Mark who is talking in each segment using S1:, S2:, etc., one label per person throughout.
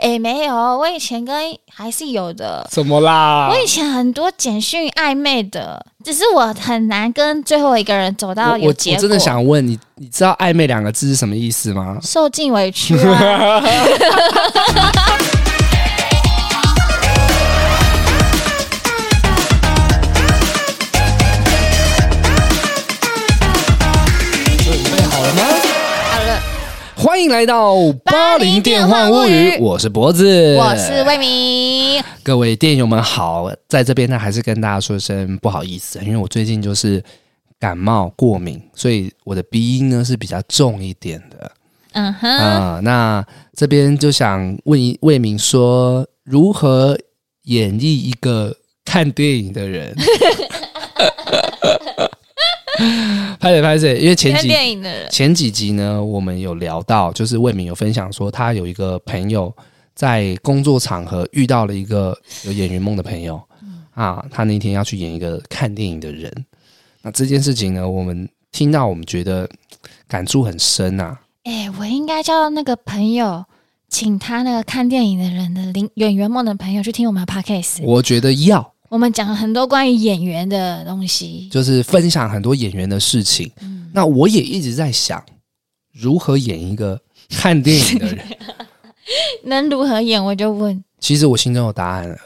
S1: 哎、没有，我以前跟还是有的。
S2: 怎么啦
S1: 我？以前很多简讯暧昧的，只是我很难跟最后一个人走到
S2: 我我
S1: 有
S2: 我
S1: 结果。
S2: 真的想问你，你知道“暧昧”两个字是什么意思吗？
S1: 受尽委屈、 啊。
S2: 准备好了吗？
S1: 好了，
S2: 欢迎来到《八零电幻物
S1: 巴黎电幻物
S2: 语
S1: 语》，
S2: 我是脖子，
S1: 我是魏明。
S2: 各位电友们好，在这边呢还是跟大家说声不好意思，因为我最近就是感冒过敏，所以我的鼻音呢是比较重一点的
S1: 嗯哼，
S2: 啊、那这边就想问一魏明说，如何演绎一个看电影的人？ 拍谁拍谁，因为前
S1: 看
S2: 几
S1: 电影的人，
S2: 前几集呢，我们有聊到，就是魏敏有分享说，他有一个朋友在工作场合遇到了一个有演员梦的朋友，啊，他那天要去演一个看电影的人。那这件事情呢，我们听到我们觉得感触很深啊呐、
S1: 哎、我应该叫那个朋友，请他那个看电影的人的林演员梦的朋友去听我们的 podcast。
S2: 我觉得要
S1: 我们讲了很多关于演员的东西。
S2: 就是分享很多演员的事情。那我也一直在想，如何演一个看电影的人。
S1: 能如何演，我就问。
S2: 其实我心中有答案了，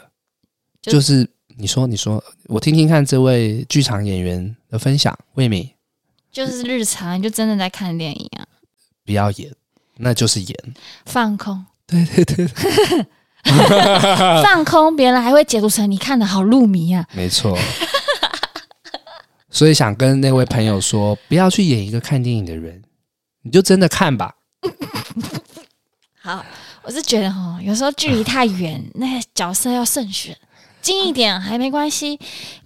S1: 就
S2: 就是你说，你说，我听听看这位剧场演员的分享。魏敏
S1: 就是日常，就真的在看电影啊，
S2: 不要演，那就是演。
S1: 放空，
S2: 对对对，
S1: 放空，别人还会解读成你看的好入迷啊。
S2: 没 错。所以想跟那位朋友说，不要去演一个看电影的人，你就真的看吧。
S1: 好，我是觉得哈，有时候距离太远，那个角色要慎选，近一点还没关系，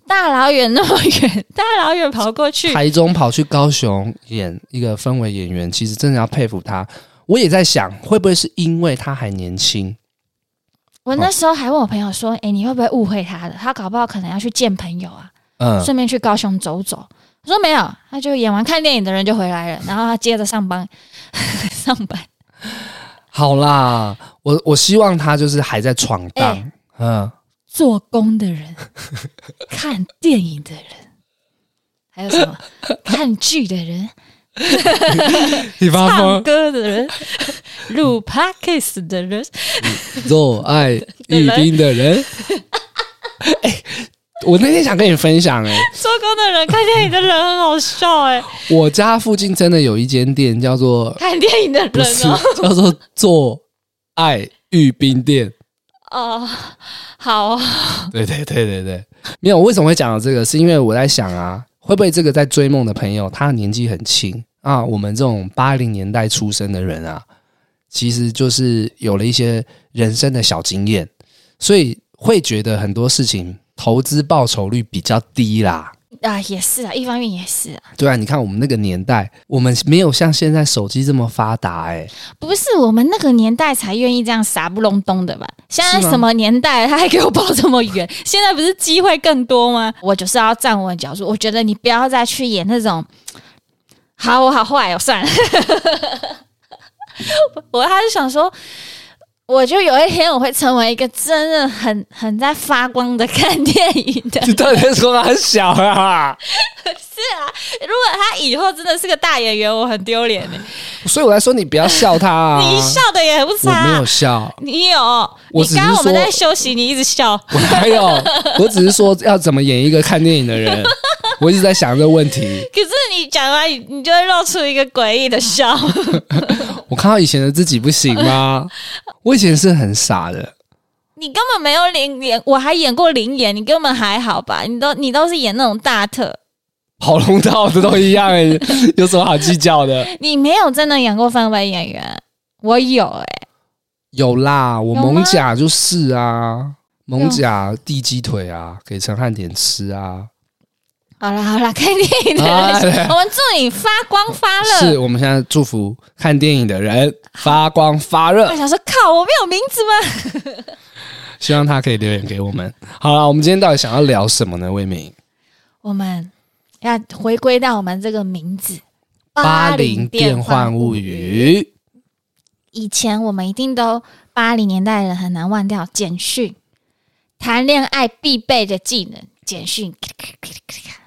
S1: 大老远那么远，大老远跑过去，
S2: 台中跑去高雄演一个氛围演员，其实真的要佩服他。我也在想，会不会是因为他还年轻，
S1: 我那时候还问我朋友说：“哎、你会不会误会他的？他搞不好可能要去见朋友啊，
S2: 嗯，
S1: 顺便去高雄走走。”我说：“没有，他就演完看电影的人就回来了，然后他接着上班， 上班。
S2: 好啦，我我希望他就是还在闯荡，
S1: 哎
S2: 嗯，
S1: 做工的人， 看电影的人，还有什么看剧的人，
S2: 你发
S1: 唱歌的人，录 podcast 的人，
S2: 热爱阅兵的人。 哎、我那天想跟你分享、哎，
S1: 做工的人看电影的人很好笑哎、
S2: 我家附近真的有一间店叫做
S1: 看电影的
S2: 不
S1: 人
S2: 是
S1: 哦、
S2: 叫做做爱阅兵店。
S1: 哦，好哦
S2: 对对对对对， 没有，我为什么会讲到这个？是因为我在想啊，会不会这个在追梦的朋友，他年纪很轻啊，我们这种八零年代出生的人啊，其实就是有了一些人生的小经验，所以会觉得很多事情投资报酬率比较低啦。
S1: 啊，也是啊，一方面也是啊。
S2: 对啊，你看我们那个年代，我们没有像现在手机这么发达、 欸，
S1: 不是我们那个年代才愿意这样傻不隆咚的吧？现在
S2: 是吗
S1: 什么年代了，他还给我报这么远？现在不是机会更多 吗？我就是要站稳脚步，我觉得你不要再去演那种，好，我好坏哦，算了。 我还是想说，我就有一天我会成为一个真的很很在发光的看电影的。
S2: 你到底在说很小啊？
S1: 如果他以后真的是个大演员，我很丢脸的。
S2: 所以我来说，你不要笑他、啊，
S1: 你笑的也很不差
S2: 我
S1: 啊、
S2: 没有笑。
S1: 你有，你
S2: 我只是
S1: 刚刚我们
S2: 说
S1: 在休息，你一直笑。
S2: 我还有，我只是说要怎么演一个看电影的 人，我一直在想这个问题。
S1: 可是你讲完，你你就会露出一个诡异的笑。
S2: 我看到以前的自己不行吗？我以前是很傻的，
S1: 你根本没有灵演，我还演过灵演，你根本还好吧？你都你都是演那种大特，
S2: 跑龙套的都一样、欸，有什么好计较的？
S1: 你没有真的演过范围演员。我有哎、
S2: 有啦，我
S1: 有吗
S2: 蒙甲就是啊，蒙甲地鸡腿啊，给陈汉典吃啊。
S1: 好啦好啦，看电影的
S2: 啊对
S1: 人，我们祝你发光发
S2: 是
S1: 热。
S2: 我们现在祝福看电影的人发光发热
S1: 我，想说，靠，我没有名字吗？
S2: 希望他可以留言给我们。好了，我们今天到底想要聊什么呢？魏明，
S1: 我们要回归到我们这个名字《
S2: 《八零电幻物
S1: 语》。
S2: 语》。
S1: 以前我们一定都《八零年代的人很难忘掉简讯，谈恋爱必备的技能，简讯。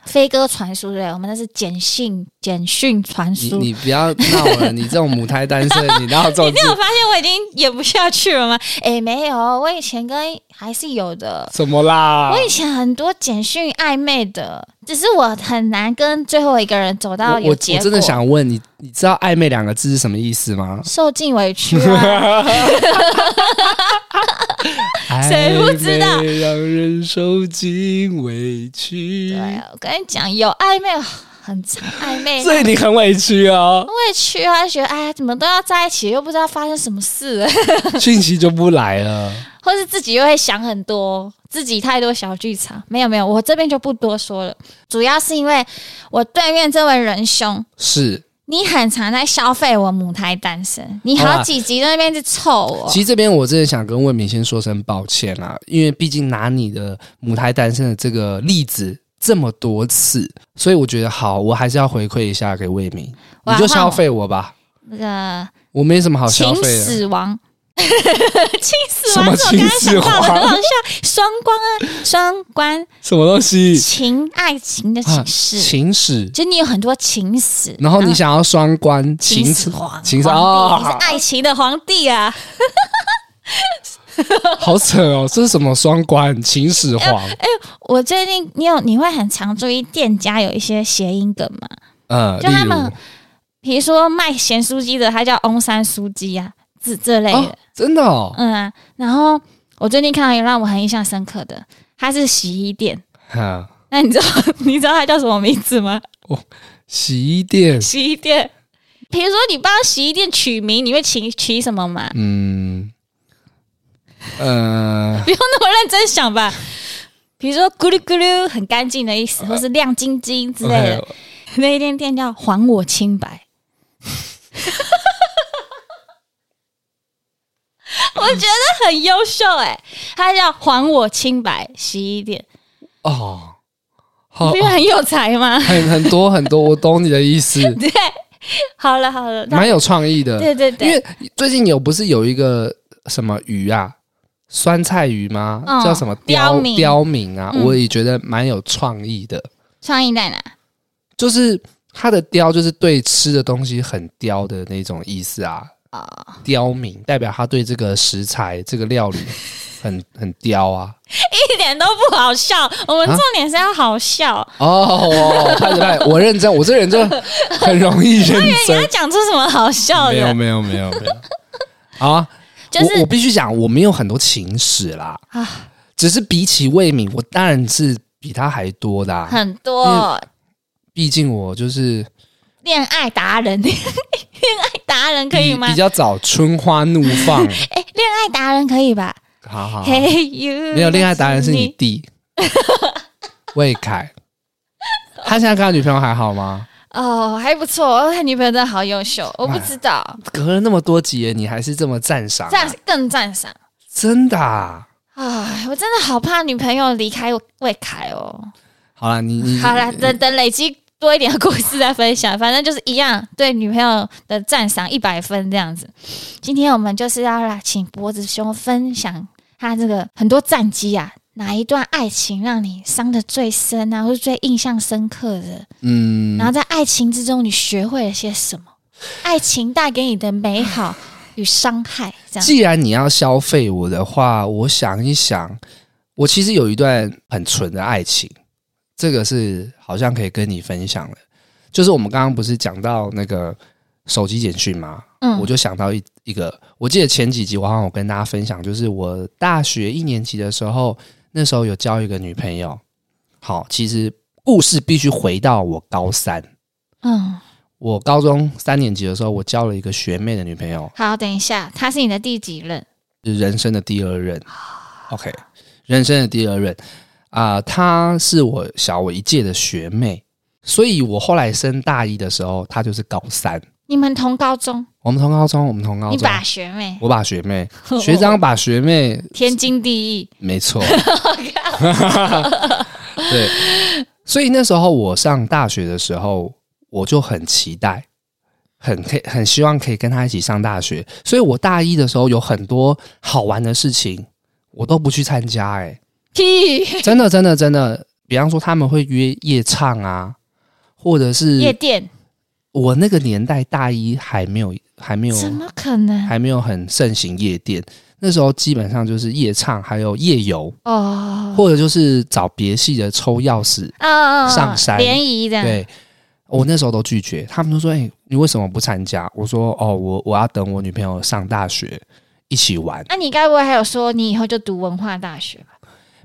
S1: 飞鸽传书对，我们那是简讯，简讯传
S2: 你
S1: 输。
S2: 你不要闹了，你这种母胎单身，你哪有这种
S1: 你没有发现我已经演不下去了吗？哎、没有，我以前跟还是有的。
S2: 什么啦
S1: 我？以前很多简讯暧昧的，只是我很难跟最后一个人走到
S2: 我我
S1: 有
S2: 我
S1: 结果。
S2: 真的想问你，你知道“暧昧”两个字是什么意 思吗？
S1: 受尽委屈 啊！谁不知道
S2: 暧昧让人受尽委屈
S1: 对，啊，我跟你讲，有暧昧很长暧 昧，
S2: 所以你很委 屈哦，
S1: 委屈啊，就觉得哎，怎么都要在一起，又不知道发生什么事 了，
S2: 讯息就不来 了。
S1: 或是自己又会想很多，自己太多小剧场。没有没有，我这边就不多说了，主要是因为我对面这位仁兄。
S2: 是，
S1: 你很常在消费我母胎单身，你
S2: 好啦
S1: 好几集在那边一直臭我
S2: 其，实这边我真的想跟魏敏先说声抱歉啦，因为毕竟拿你的母胎单身的这个例子这么多次，所以我觉得好，我还是要回馈一下给魏敏，
S1: 哇
S2: 你就消费我吧，
S1: 那个
S2: 我没什么好消
S1: 秦
S2: 费啊的。
S1: 始皇， 秦始
S2: 什么
S1: 皇是我刚才
S2: 秦
S1: 想
S2: 始
S1: 到的，
S2: 皇
S1: 很好笑，双关啊，双 关，
S2: 什么东西？
S1: 情爱情的
S2: 嗯啊
S1: 情史，
S2: 秦始，
S1: 就你有很多情史，
S2: 然后你想要双关秦
S1: 始
S2: 始，
S1: 皇，
S2: 秦始
S1: 皇帝，
S2: 哦
S1: 你是爱情的皇帝啊，
S2: 好扯哦，这是什么双关？秦始皇，
S1: 哎我最近你有你会很常注意店家有一些谐音梗吗？
S2: 呃，
S1: 就
S2: 例
S1: 他
S2: 如
S1: 们比如说卖咸酥鸡的，他叫翁山酥鸡啊，这这类的。
S2: 哦，真的哦，
S1: 嗯啊，然后我最近看到一个让我很印象深刻的，它是洗衣店。
S2: 哈，
S1: 那你知道 你知道它叫什么名字吗？
S2: 洗衣店，
S1: 洗衣店。比如说你帮洗衣店取名，你会取取什么嘛？
S2: 嗯，呃，
S1: 不用那么认真想吧。比如说咕噜咕噜很干净的意
S2: 呃
S1: 思，或是亮晶晶之类的。
S2: OK，
S1: 那一间店叫还我清白。我觉得很优秀哎、它叫还我清白洗衣店，
S2: 哦，
S1: 你
S2: 好
S1: 不，是很有才吗？
S2: 很很多很多，我懂你的 意思，
S1: 对，好了好了，那
S2: 蛮有创意的。
S1: 对对
S2: 因
S1: 对，
S2: 为最近有不是有一个什么鱼啊，酸菜鱼吗？
S1: 嗯
S2: 叫什么
S1: 刁
S2: 刁
S1: 民
S2: 刁民啊？
S1: 嗯
S2: 我也觉得蛮有创意的，
S1: 创意在哪？
S2: 就是它的刁就是对吃的东西很刁的那种意思啊。
S1: 哦，
S2: 刁民代表他对这个食材、这个料理 很很刁啊。
S1: 一点都不好笑。我们
S2: 啊
S1: 重点是要好笑，
S2: 哦，拍着拍，我认真，我这人就很容易认
S1: 他
S2: 真。
S1: 讲出什么好笑
S2: 没有
S1: 的？
S2: 没有没有没有。啊，
S1: 就
S2: 我
S1: 是
S2: 我必须讲，我没有很多情史啦，
S1: 啊，
S2: 只是比起魏敏，我当然是比他还多的、啊。
S1: 很多
S2: 毕竟我就是
S1: 恋爱达人， 恋爱达人可以
S2: 比
S1: 吗
S2: 比？较早春花怒 放，
S1: 哎，恋爱达人可以吧
S2: 好好好。
S1: ？Hey you，
S2: 哦没有恋爱达人是你 弟魏凯，他现在跟他女朋友还好吗？
S1: 哦，还不错。他女朋友真的好优秀，我不知道，
S2: 隔了那么多集了，你还是这么赞赏、啊，
S1: 赞更赞赏。
S2: 真的、啊。
S1: 哎，我真的好怕女朋友离开魏凯哦。
S2: 好啦，你你
S1: 好啦，等等累积多一点的故事再分享，反正就是一样对女朋友的赞赏一百分这样子。今天我们就是要来请脖子兄分享他这个很多战绩啊，哪一段爱情让你伤的最深啊，或是最印象深刻的？
S2: 嗯
S1: 然后在爱情之中，你学会了些什么？爱情带给你的美好与伤害，这样。
S2: 既然你要消费我的话，我想一想，我其实有一段很纯的爱情，这个是好像可以跟你分享的。就是我们刚刚不是讲到那个手机简讯吗？
S1: 嗯
S2: 我就想到一一个，我记得前几集我好像有跟大家分享，就是我大学一年级的时候，那时候有交一个女朋友。好，其实故事必须回到我高三，
S1: 嗯，
S2: 我高中三年级的时候，我交了一个学妹的女朋友。
S1: 好，等一下，他是你的第几任？
S2: 是人生的第二任。OK，人生的第二任啊、她是我小我一届的学妹，所以我后来升大一的时候，她就是高三。
S1: 你们同高中，
S2: 我们同高中，我们同高
S1: 你
S2: 中，
S1: 把学妹，
S2: 我把 学妹，学长把学妹，
S1: 天经地义。
S2: 没错。 对，所以那时候我上大学的时候，我就很期待，很可以很希望可以跟他一起上大学，所以我大一的时候有很多好玩的事情，我都不去参加、欸。
S1: 屁
S2: 哎，真的真的真的，比方说他们会约夜唱啊，或者
S1: 夜
S2: 是
S1: 店
S2: 我那个年代大一还没有还没有
S1: 怎么可能？
S2: 还没有很盛行夜店，那时候基本上就是夜唱，还有夜游，
S1: 哦，
S2: 或者就是找别系的抽钥匙。
S1: 啊啊啊
S2: 上山
S1: 联谊这样，
S2: 对，我那时候都拒绝，他们都说：“哎、你为什么不参加？”我说：“哦，我我要等我女朋友上大学一起玩。
S1: 那、你该不会还有说你以后就读文化大学吧？”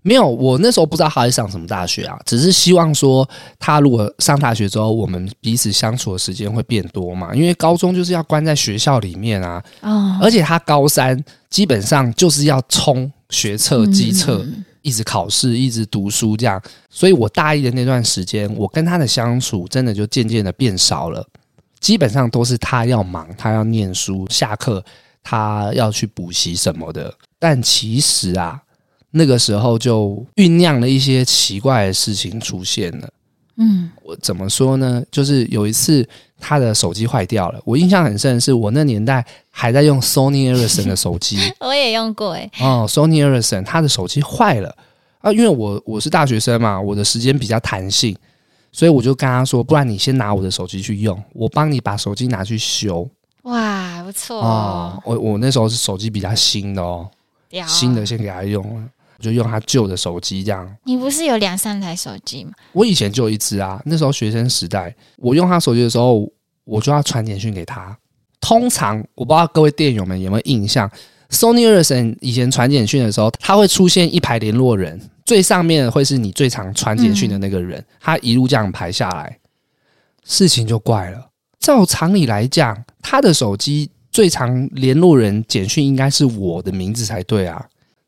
S2: 没有，我那时候不知道她会上什么大学啊，只是希望说她如果上大学之后，我们彼此相处的时间会变多嘛，因为高中就是要关在学校里面啊，
S1: 哦，
S2: 而且他高三基本上就是要冲学测、机测，
S1: 嗯
S2: 一直考试，一直读书这样。所以我大一的那段时间，我跟他的相处真的就渐渐的变少了，基本上都是他要忙，他要念书，下课他要去补习什么的。但其实啊，那个时候就酝酿了一些奇怪的事情出现了。
S1: 嗯，
S2: 我怎么说呢？就是有一次他的手机坏掉了，我印象很深的是，我那年代还在用 Sony Ericsson 的手机
S1: 我也用过哎、
S2: 哦，Sony Ericsson 他的手机坏了啊，因为我我是大学生嘛，我的时间比较弹性，所以我就跟他说，不然你先拿我的手机去用，我帮你把手机拿去修
S1: 哇，不错
S2: 哦
S1: 哦，
S2: 我我那时候是手机比较新的哦，
S1: 屌啊
S2: 新的先给他用，我就用他旧的手机这样。
S1: 你不是有两三台手机吗？
S2: 我以前就有一只啊，那时候学生时代，我用他手机的时候，我就要传简讯给他。通常我不知道各位电友们有没有印象，Sony Ericsson 以前传简讯的时候，它会出现一排联络人，最上面会是你最常传简讯的那个人，他一路这样排下来，嗯事情就怪了。照常理来讲，他的手机最常联络人简讯应该是我的名字才对啊，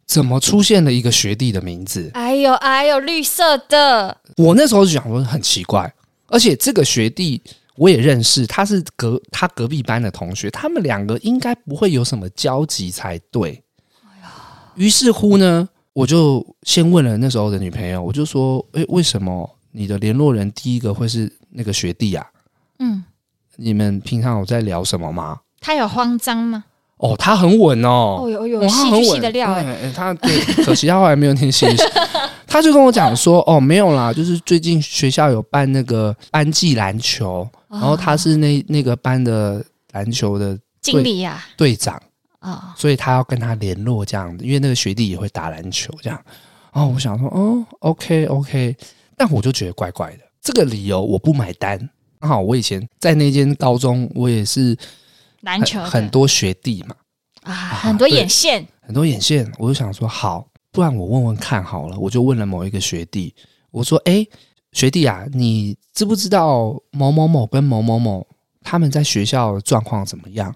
S2: 怎么出现了一个学弟的名字？
S1: 哎呦哎呦，绿色的，
S2: 我那时候就想说很奇怪，而且这个学弟我也认识，他是隔他隔壁班的同学，他们两个应该不会有什么交集才对。于是乎呢，我就先问了那时候的女朋友，我就说：“诶，为什么你的联络人第一个会是那个学弟啊？
S1: 嗯，
S2: 你们平常有在聊什么吗
S1: 他有慌张吗？？”
S2: 哦，他很稳哦，
S1: 哦有有
S2: 哇
S1: 戏
S2: 很
S1: 剧系
S2: 稳
S1: 的料哎、
S2: 嗯嗯他对，可惜他后来没有念戏 剧系。他就跟我讲说，哦，没有啦，就是最近学校有办那个班级篮球，
S1: 哦
S2: 然后他是那那个班的篮球的
S1: 经理呀、
S2: 队长，
S1: 啊，
S2: 所以他要跟他联络这样子，因为那个学弟也会打篮球这样。哦，我想说，哦，OK OK，但我就觉得怪怪的，这个理由我不买单。刚好我以前在那间高中，我也是
S1: 篮
S2: 很
S1: 球的
S2: 很多学弟嘛，
S1: 啊，很多
S2: 对
S1: 眼线，
S2: 很多眼线，我就想说好，不然我问问看好了。我就问了某一个学弟，我说：“哎、学弟啊，你知不知道某某某跟某某某他们在学校的状况怎么样？”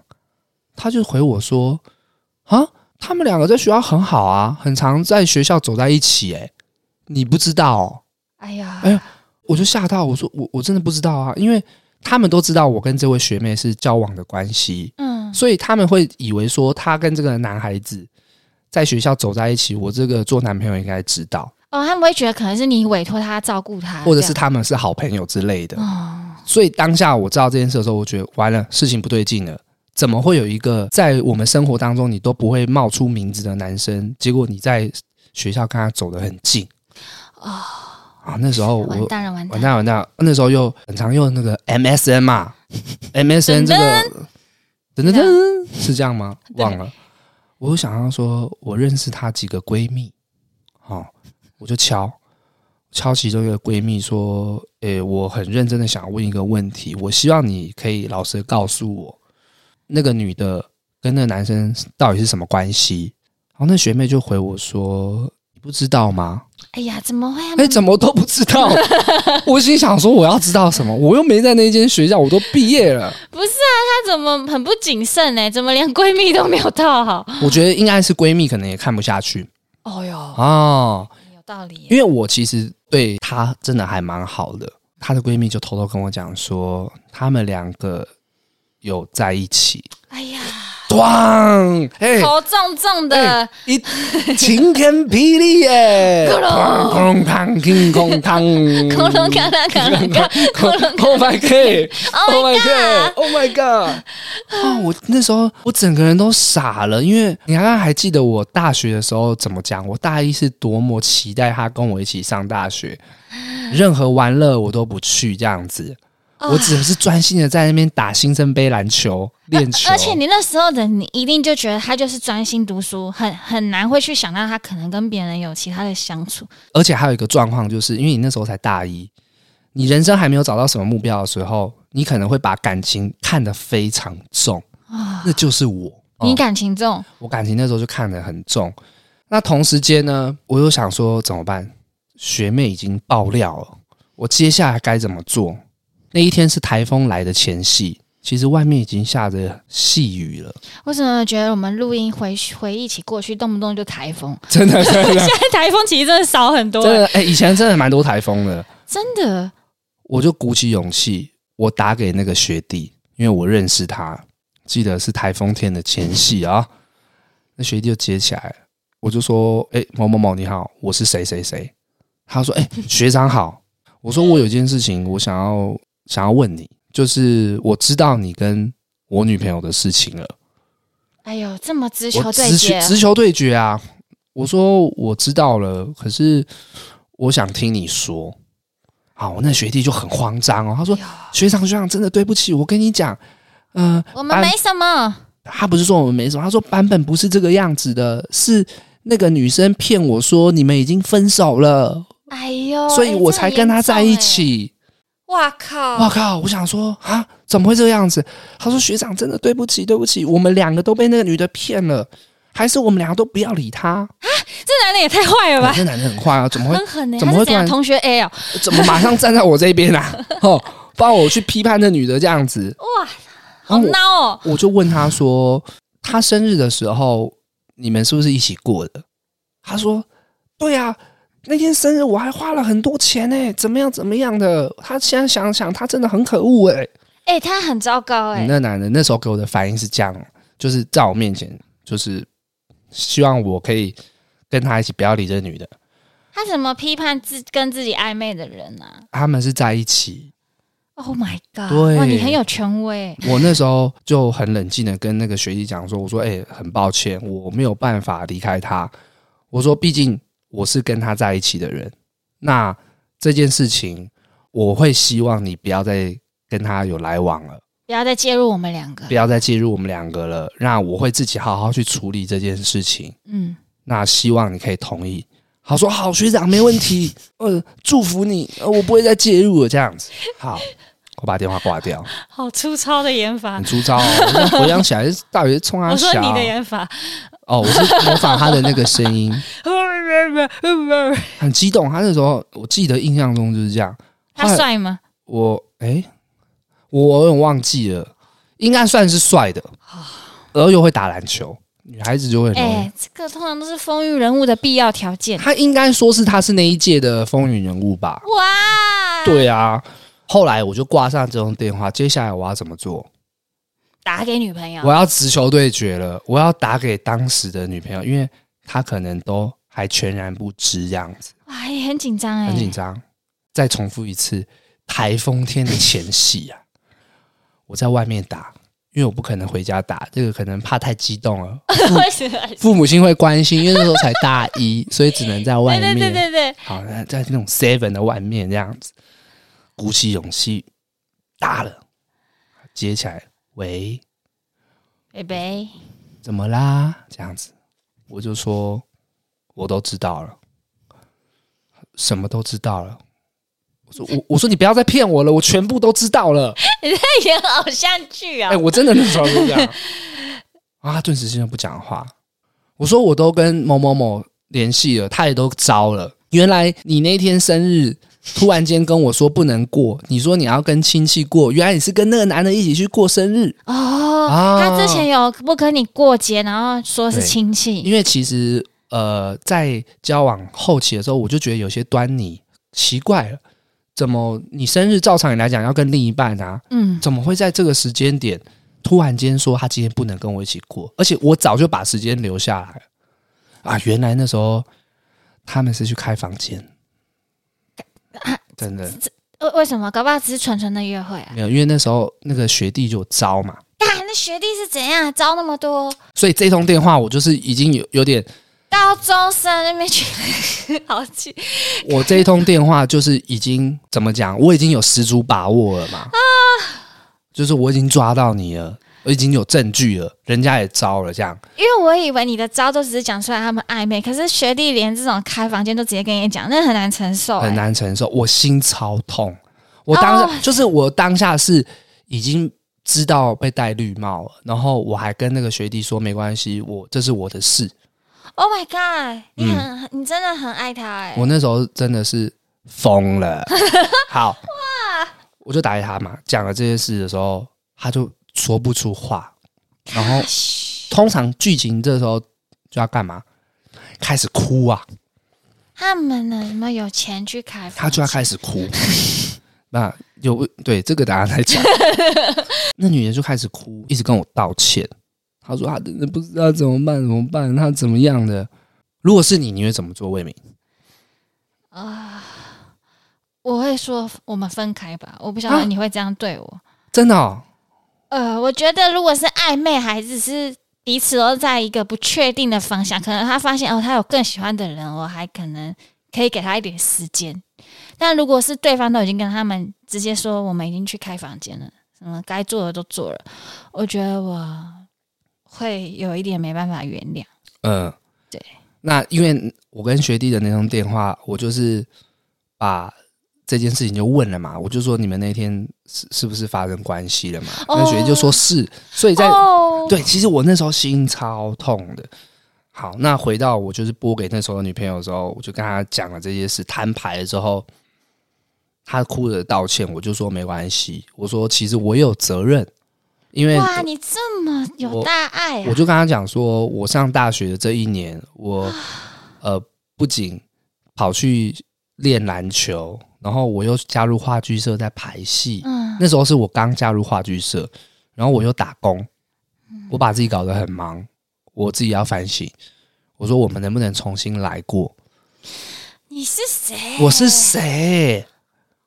S2: 他就回我说：“啊，他们两个在学校很好啊，很常在学校走在一起、诶，你不知道、哦？”
S1: 哎呀，
S2: 哎呀我就吓到，我说：“我我真的不知道啊，因为他们都知道我跟这位学妹是交往的关系，
S1: 嗯，
S2: 所以他们会以为说他跟这个男孩子在学校走在一起，我这个做男朋友应该知道，
S1: 哦，他们会觉得可能是你委托他照顾他，
S2: 或者是
S1: 啊这样
S2: 他们是好朋友之类的。
S1: 哦，
S2: 所以当下我知道这件事的时候，我觉得完了，事情不对劲了。怎么会有一个在我们生活当中你都不会冒出名字的男生，结果你在学校跟他走得很近？啊，那时候
S1: 哦完
S2: 我
S1: 蛋了，完蛋
S2: 完
S1: 了，
S2: 蛋完蛋，那时候又很常用那个 MSN 嘛，MSN 这个噔噔噔是这样吗？
S1: 啊对
S2: 忘了。我就想要说，我认识她几个闺蜜，哦，我就敲敲其中一个闺蜜说：“诶、我很认真的想问一个问题，我希望你可以老实地告诉我，那个女的跟那个男生到底是什么关系？”然后那学妹就回我说：“你不知道吗？”
S1: 哎呀，怎么会啊？
S2: 哎、怎么都不知 道？我心想说，我要知道什么？我又没在那间学校，我都毕业了。
S1: 不是啊，他怎么很不谨慎呢？怎么连闺蜜都没有套好？
S2: 我觉得应该是闺蜜，可能也看不下去
S1: 哦哟，
S2: 哦。
S1: 有道理耶。
S2: 因为我其实对她真的还蛮好的，她的闺蜜就偷偷跟我讲说，他们两个有在一起，
S1: 哎呀，
S2: 咣，哎、
S1: 头重重
S2: 哎
S1: 的，
S2: 一晴天霹雳耶！
S1: 咕
S2: 哐
S1: 隆
S2: 哐当，叮咣当，
S1: 空中嘎啦嘎啦
S2: 嗯
S1: 嘎，空中
S2: ，Oh my
S1: Oh my god！
S2: god，Oh my god！啊，我那时候我整个人都傻了，因为你刚刚还记得我大学的时候怎么讲？我大一是多么期待他跟我一起上大学，任何玩乐我都不去这样子，我只是专心的在那边打新生杯篮球练球，
S1: 呃而且你那时候的你一定就觉得他就是专心读书，很很难会去想到他可能跟别人有其他的相处。
S2: 而且还有一个状况，就是因为你那时候才大一，你人生还没有找到什么目标的时候，你可能会把感情看得非常重那就是我。哦
S1: 你感情重，
S2: 我感情那时候就看得很重。那同时间呢，我又想说怎么办？学妹已经爆料了，我接下来该怎么做？那一天是台风来的前夕，其实外面已经下着细雨了，
S1: 为什么觉得我们录音回回忆起过去，动不动就台风？
S2: 真的，真的，
S1: 现在台风其实真的少很多，
S2: 真的，哎、以前真的蛮多台风的。
S1: 真的
S2: 我就鼓起勇气，我打给那个学弟，因为我认识他，记得是台风天的前夕啊。那学弟就接起来了，我就说：“哎、某某某，你好，我是谁谁谁。”他说：“哎、学长好。”我说：“我有一件事情，我想要想要问你，就是我知道你跟我女朋友的事情了，
S1: 哎呦，这么直球
S2: 我
S1: 对
S2: 直
S1: 决
S2: 球，直球对决啊。”我说：“我知道了，可是我想听你说。”好，我那学弟就很慌张哦，他说
S1: 哎：“呦
S2: 学长学长，真的对不起，我跟你讲，呃，
S1: 我们没什么，
S2: 他不是说我们没什么，他说版本不是这个样子的，是那个女生骗我说你们已经分手了，
S1: 哎呦，
S2: 所以
S1: 哎
S2: 我才跟他在一。
S1: 这
S2: 起。
S1: 很严重哎哇靠！
S2: 我靠！我想说啊，怎么会这个样子？他说学长，真的对不起，对不起，我们两个都被那个女的骗了，还是我们两个都不要理他。
S1: 这男的也太坏了
S2: 哇
S1: 吧，
S2: 这男的很坏啊，怎么会
S1: 很狠呢、欸
S2: 怎么
S1: 他
S2: 会
S1: 是怎样
S2: 突然
S1: 同学 A 哦？
S2: 怎么马上站在我这边啊？哦，帮我去批判那女的这样子。
S1: 哇，
S2: 然
S1: 好
S2: 啊后我
S1: 孬哦！
S2: 我就问他说，他生日的时候你们是不是一起过的？他说，对啊，那天生日我还花了很多钱呢、怎么样怎么样的？他现在想想，他真的很可恶哎、
S1: 哎、他很糟糕哎、
S2: 你那男的那时候给我的反应是这样，就是在我面前，就是希望我可以跟他一起不要理这女的。
S1: 他怎么批判自跟自己暧昧的人啊
S2: 他们是在一起，
S1: ？Oh my god！
S2: 对
S1: 哇，你很有权威。
S2: 我那时候就很冷静的跟那个学弟讲说：“我说，哎、很抱歉，我没有办法离开他。我说，毕竟我是跟他在一起的人，那这件事情我会希望你不要再跟他有来往了，
S1: 不要再介入我们两个
S2: 不。要再介入我们两个了。那我会自己好好去处理这件事情。
S1: 嗯，
S2: 那希望你可以同意。”他说：“好，学长，没问题。呃，祝福你，呃，我不会再介入了。这样子，好，我把电话挂掉。”
S1: 好粗糙的演法
S2: 很。粗糙、哦。我现在 回想起来，到底是冲他
S1: 啊我
S2: 小、
S1: 说你的演法，
S2: 哦，我是模仿他的那个声音，很激动。他那时候，我记得印象中就是这样。
S1: 他帅吗？
S2: 我哎、我有点忘记了，应该算是帅的，然后又会打篮球，女孩子就会很
S1: 啊哎、
S2: 容易。
S1: 这个通常都是风云人物的必要条件。
S2: 他应该说是他是那一届的风云人物吧？
S1: 哇，，
S2: 对啊。后来我就挂上这通电话，接下来我要怎么做？
S1: 打给女朋友
S2: 我。要直球对决了，我要打给当时的女朋友，因为她可能都还全然不知这样子，
S1: 哇，也很紧张哎、
S2: 很紧张。再重复一次，台风天的前夕啊，我在外面打，因为我不可能回家打，这个可能怕太激动了，
S1: 为什么
S2: 父母亲会关心，因为那时候才大一，所以只能在外
S1: 对对
S2: 面。
S1: 对对对，
S2: 好，那在那种 seven 的外面这样子，鼓起勇气打了，接起来，喂。
S1: 北北，
S2: 怎么啦？这样子，我就说我都知道了，什么都知道了。我说我我说你不要再骗我了，我全部都知道了。
S1: 他演偶像剧啊
S2: 哎、！我真的那时候就这样。 啊，他顿时间就不讲话。我说我都跟某某某联系了，他也都招了。原来你那天生日突然间跟我说不能过，你说你要跟亲戚过，原来你是跟那个男的一起去过生日。
S1: 哦，
S2: 啊
S1: 他之前有不跟你过节，然后说是亲戚，
S2: 因为其实呃，在交往后期的时候，我就觉得有些端倪奇怪了，怎么你生日照常理来讲要跟另一半啊，
S1: 嗯，
S2: 怎么会在这个时间点突然间说他今天不能跟我一起过，而且我早就把时间留下来了啊！原来那时候他们是去开房间，真的
S1: 为为什么？搞不好只是纯纯的约会啊！
S2: 没有，因为那时候那个学弟就有招嘛，
S1: 干，那学弟是怎样招那么多
S2: 所以这通电话我就是已经有有点，
S1: 高中生那边去？ 好气！
S2: 我这一通电话就是已经怎么讲，我已经有十足把握了嘛，就是我已经抓到你了，我已经有证据了，人家也招了这样。
S1: 因为我以为你的招都只是讲出来他们暧昧，可是学弟连这种开房间都直接跟你讲，那很难承受、欸。
S2: 很难承受，我心超痛。我当下、
S1: 哦
S2: 就是我当下是已经知道被戴绿帽了，然后我还跟那个学弟说没关系，我这是我的事。
S1: Oh my god！你很、你真的很爱他哎、
S2: 嗯我那时候真的是疯 了。好，我就打给他嘛，讲了这些事的时候，他就说不出话。然后
S1: 嘘
S2: 通常剧情这时候就要干嘛？开始哭啊，
S1: 他们呢？有没有有钱去开房？
S2: 他就要开始哭。那有对这个答案来讲，那女人就开始哭，一直跟我道歉。她说她啊真的不知道怎么办，怎么办？她怎么样的？如果是你，你会怎么做？魏明，
S1: 我会说我们分开吧，我不晓
S2: 啊
S1: 得你会这样对我。
S2: 真的、哦，
S1: 呃，我觉得如果是暧昧，还只是彼此都在一个不确定的方向，可能他发现哦，他有更喜欢的人，我还可能可以给他一点时间。但如果是对方都已经跟他们直接说我们已经去开房间了，什么该做的都做了，我觉得我会有一点没办法原谅。
S2: 嗯、
S1: 对。
S2: 那因为我跟学弟的那通电话，我就是把这件事情就问了嘛，我就说你们那天是是不是发生关系了嘛？那学弟就说是，所以在
S1: 哦，
S2: 对，其实我那时候心超痛的。好，那回到我就是拨给那时候的女朋友的时候，我就跟她讲了这些事，摊牌了之后，她哭着道歉，我就说没关系，我说其实我有责任，因为
S1: 哇，你这么有大爱
S2: 我
S1: 啊！
S2: 就跟她讲说，我上大学的这一年，我呃不仅跑去练篮球，然后我又加入话剧社在排戏，
S1: 嗯，
S2: 那时候是我刚加入话剧社，然后我又打工，我把自己搞得很忙，我自己要反省。我说我们能不能重新来过？
S1: 你是谁
S2: 我是谁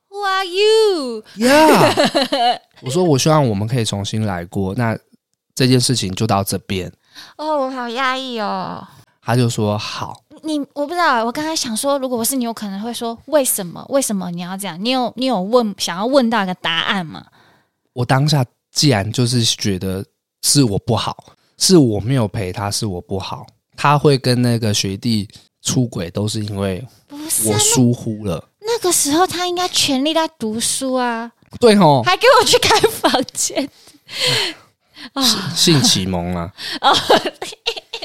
S1: ？Who are you？
S2: ？Yeah，我 说我希望我们可以重新来过。那这件事情就到这边。
S1: 哦，我好压抑哦。
S2: 他就说好，
S1: 你我不知道，我刚才想说，如果我是你，我可能会说为什么？为什么你要这样？你有你有问想要问到一个答案吗？
S2: 我当下既然就是觉得是我不好，是我没有陪他，是我不好。他会跟那个学弟出轨，都是因为
S1: 不是、
S2: 我
S1: 啊，
S2: 疏忽了。
S1: 那个时候他应该全力在读书啊，
S2: 对吼，
S1: 还给我去开房间。啊，
S2: 性启蒙啊，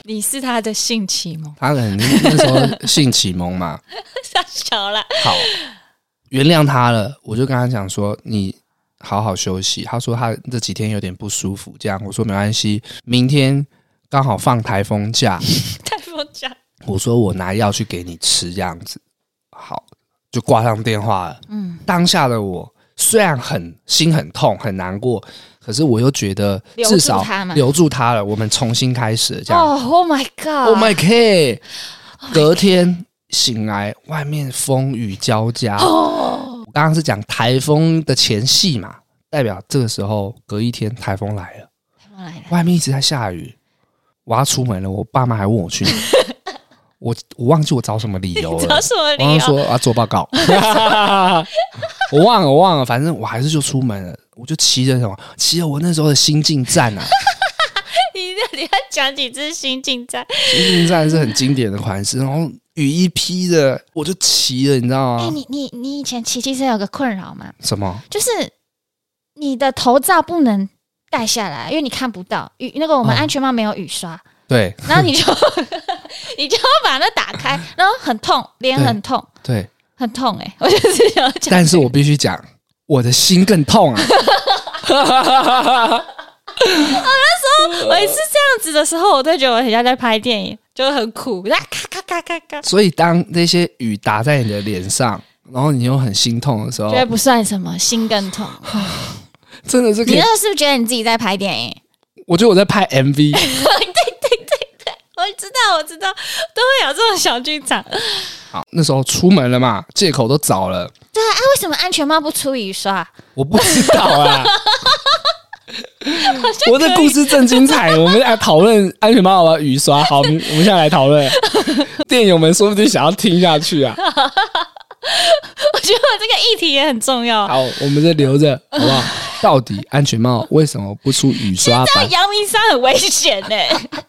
S1: 你是他的性启 蒙，
S2: 他可能那时候性启蒙嘛。
S1: 太小了。
S2: 好，原谅他了，我就跟他讲说，你好好休息。他说他这几天有点不舒服，这样我说没关系，明天刚好放台风假，
S1: 太风讲，
S2: 我说我拿药去给你吃，这样子。好，就挂上电话了。
S1: 嗯，
S2: 当下的我虽然很心很痛很难过，可是我又觉得
S1: 留住
S2: 至少
S1: 他嘛
S2: 留住他了，我们重新开始了这样。
S1: 哦，Oh my
S2: Oh
S1: God，Oh
S2: my god！隔天醒来，外面风雨交加。
S1: 哦
S2: 我刚刚是讲台风的前戏嘛，代表这个时候隔一天台风来了，
S1: 来了，
S2: 外面一直在下雨，我要出门了。我爸妈还问 我去哪，我我忘记我找什么理由了
S1: 找。什么
S2: 我
S1: 理
S2: 刚刚
S1: 由？
S2: 说我要做报告， 我忘了，我忘了，反正我还是就出门了，我就骑着什么，骑着我那时候的新进站 啊，
S1: 你这你要讲几只新进站？
S2: 新进站是很经典的款式，然后雨衣披着，我就骑了，你知道
S1: 哎、
S2: 吗？
S1: 你你你以前骑机车有个困扰吗？
S2: 什么？
S1: 就是你的头罩不能戴下来，因为你看不到雨。那个我们
S2: 哦
S1: 安全帽没有雨刷，
S2: 对
S1: 然后你就你就把那打开，然后很痛，脸很痛，
S2: 对，
S1: 很痛哎、 我就是想要讲，
S2: 但是我必须讲，我的心更痛啊！
S1: 我一次这样子的时候，我都觉得我很像在拍电影，就很苦， 然后咔咔咔咔咔，
S2: 所以当那些雨打在你的脸上，然后你又很心痛的时候
S1: 觉，得不算什么，心更痛。
S2: 真的是可
S1: 你
S2: 以
S1: 那。时候是不是觉得你自己在拍电影？
S2: 我觉得我在拍 MV，
S1: 我知道，我知道，都会有这种小剧场。啊，
S2: 好，那时候出门了嘛，借口都找了，
S1: 为什么安全帽不出雨刷？
S2: 我不知道啊。 我的故事正精 彩，我们来讨论安全帽和雨刷。好，我们我们现在来讨论，电友们说不定想要听下去 啊。
S1: 我觉得这个议题也很重要。
S2: 好，我们就留着好不好？到底安全帽为什么不出雨刷
S1: 那
S2: 版？
S1: 阳明山很危险呢、
S2: 哎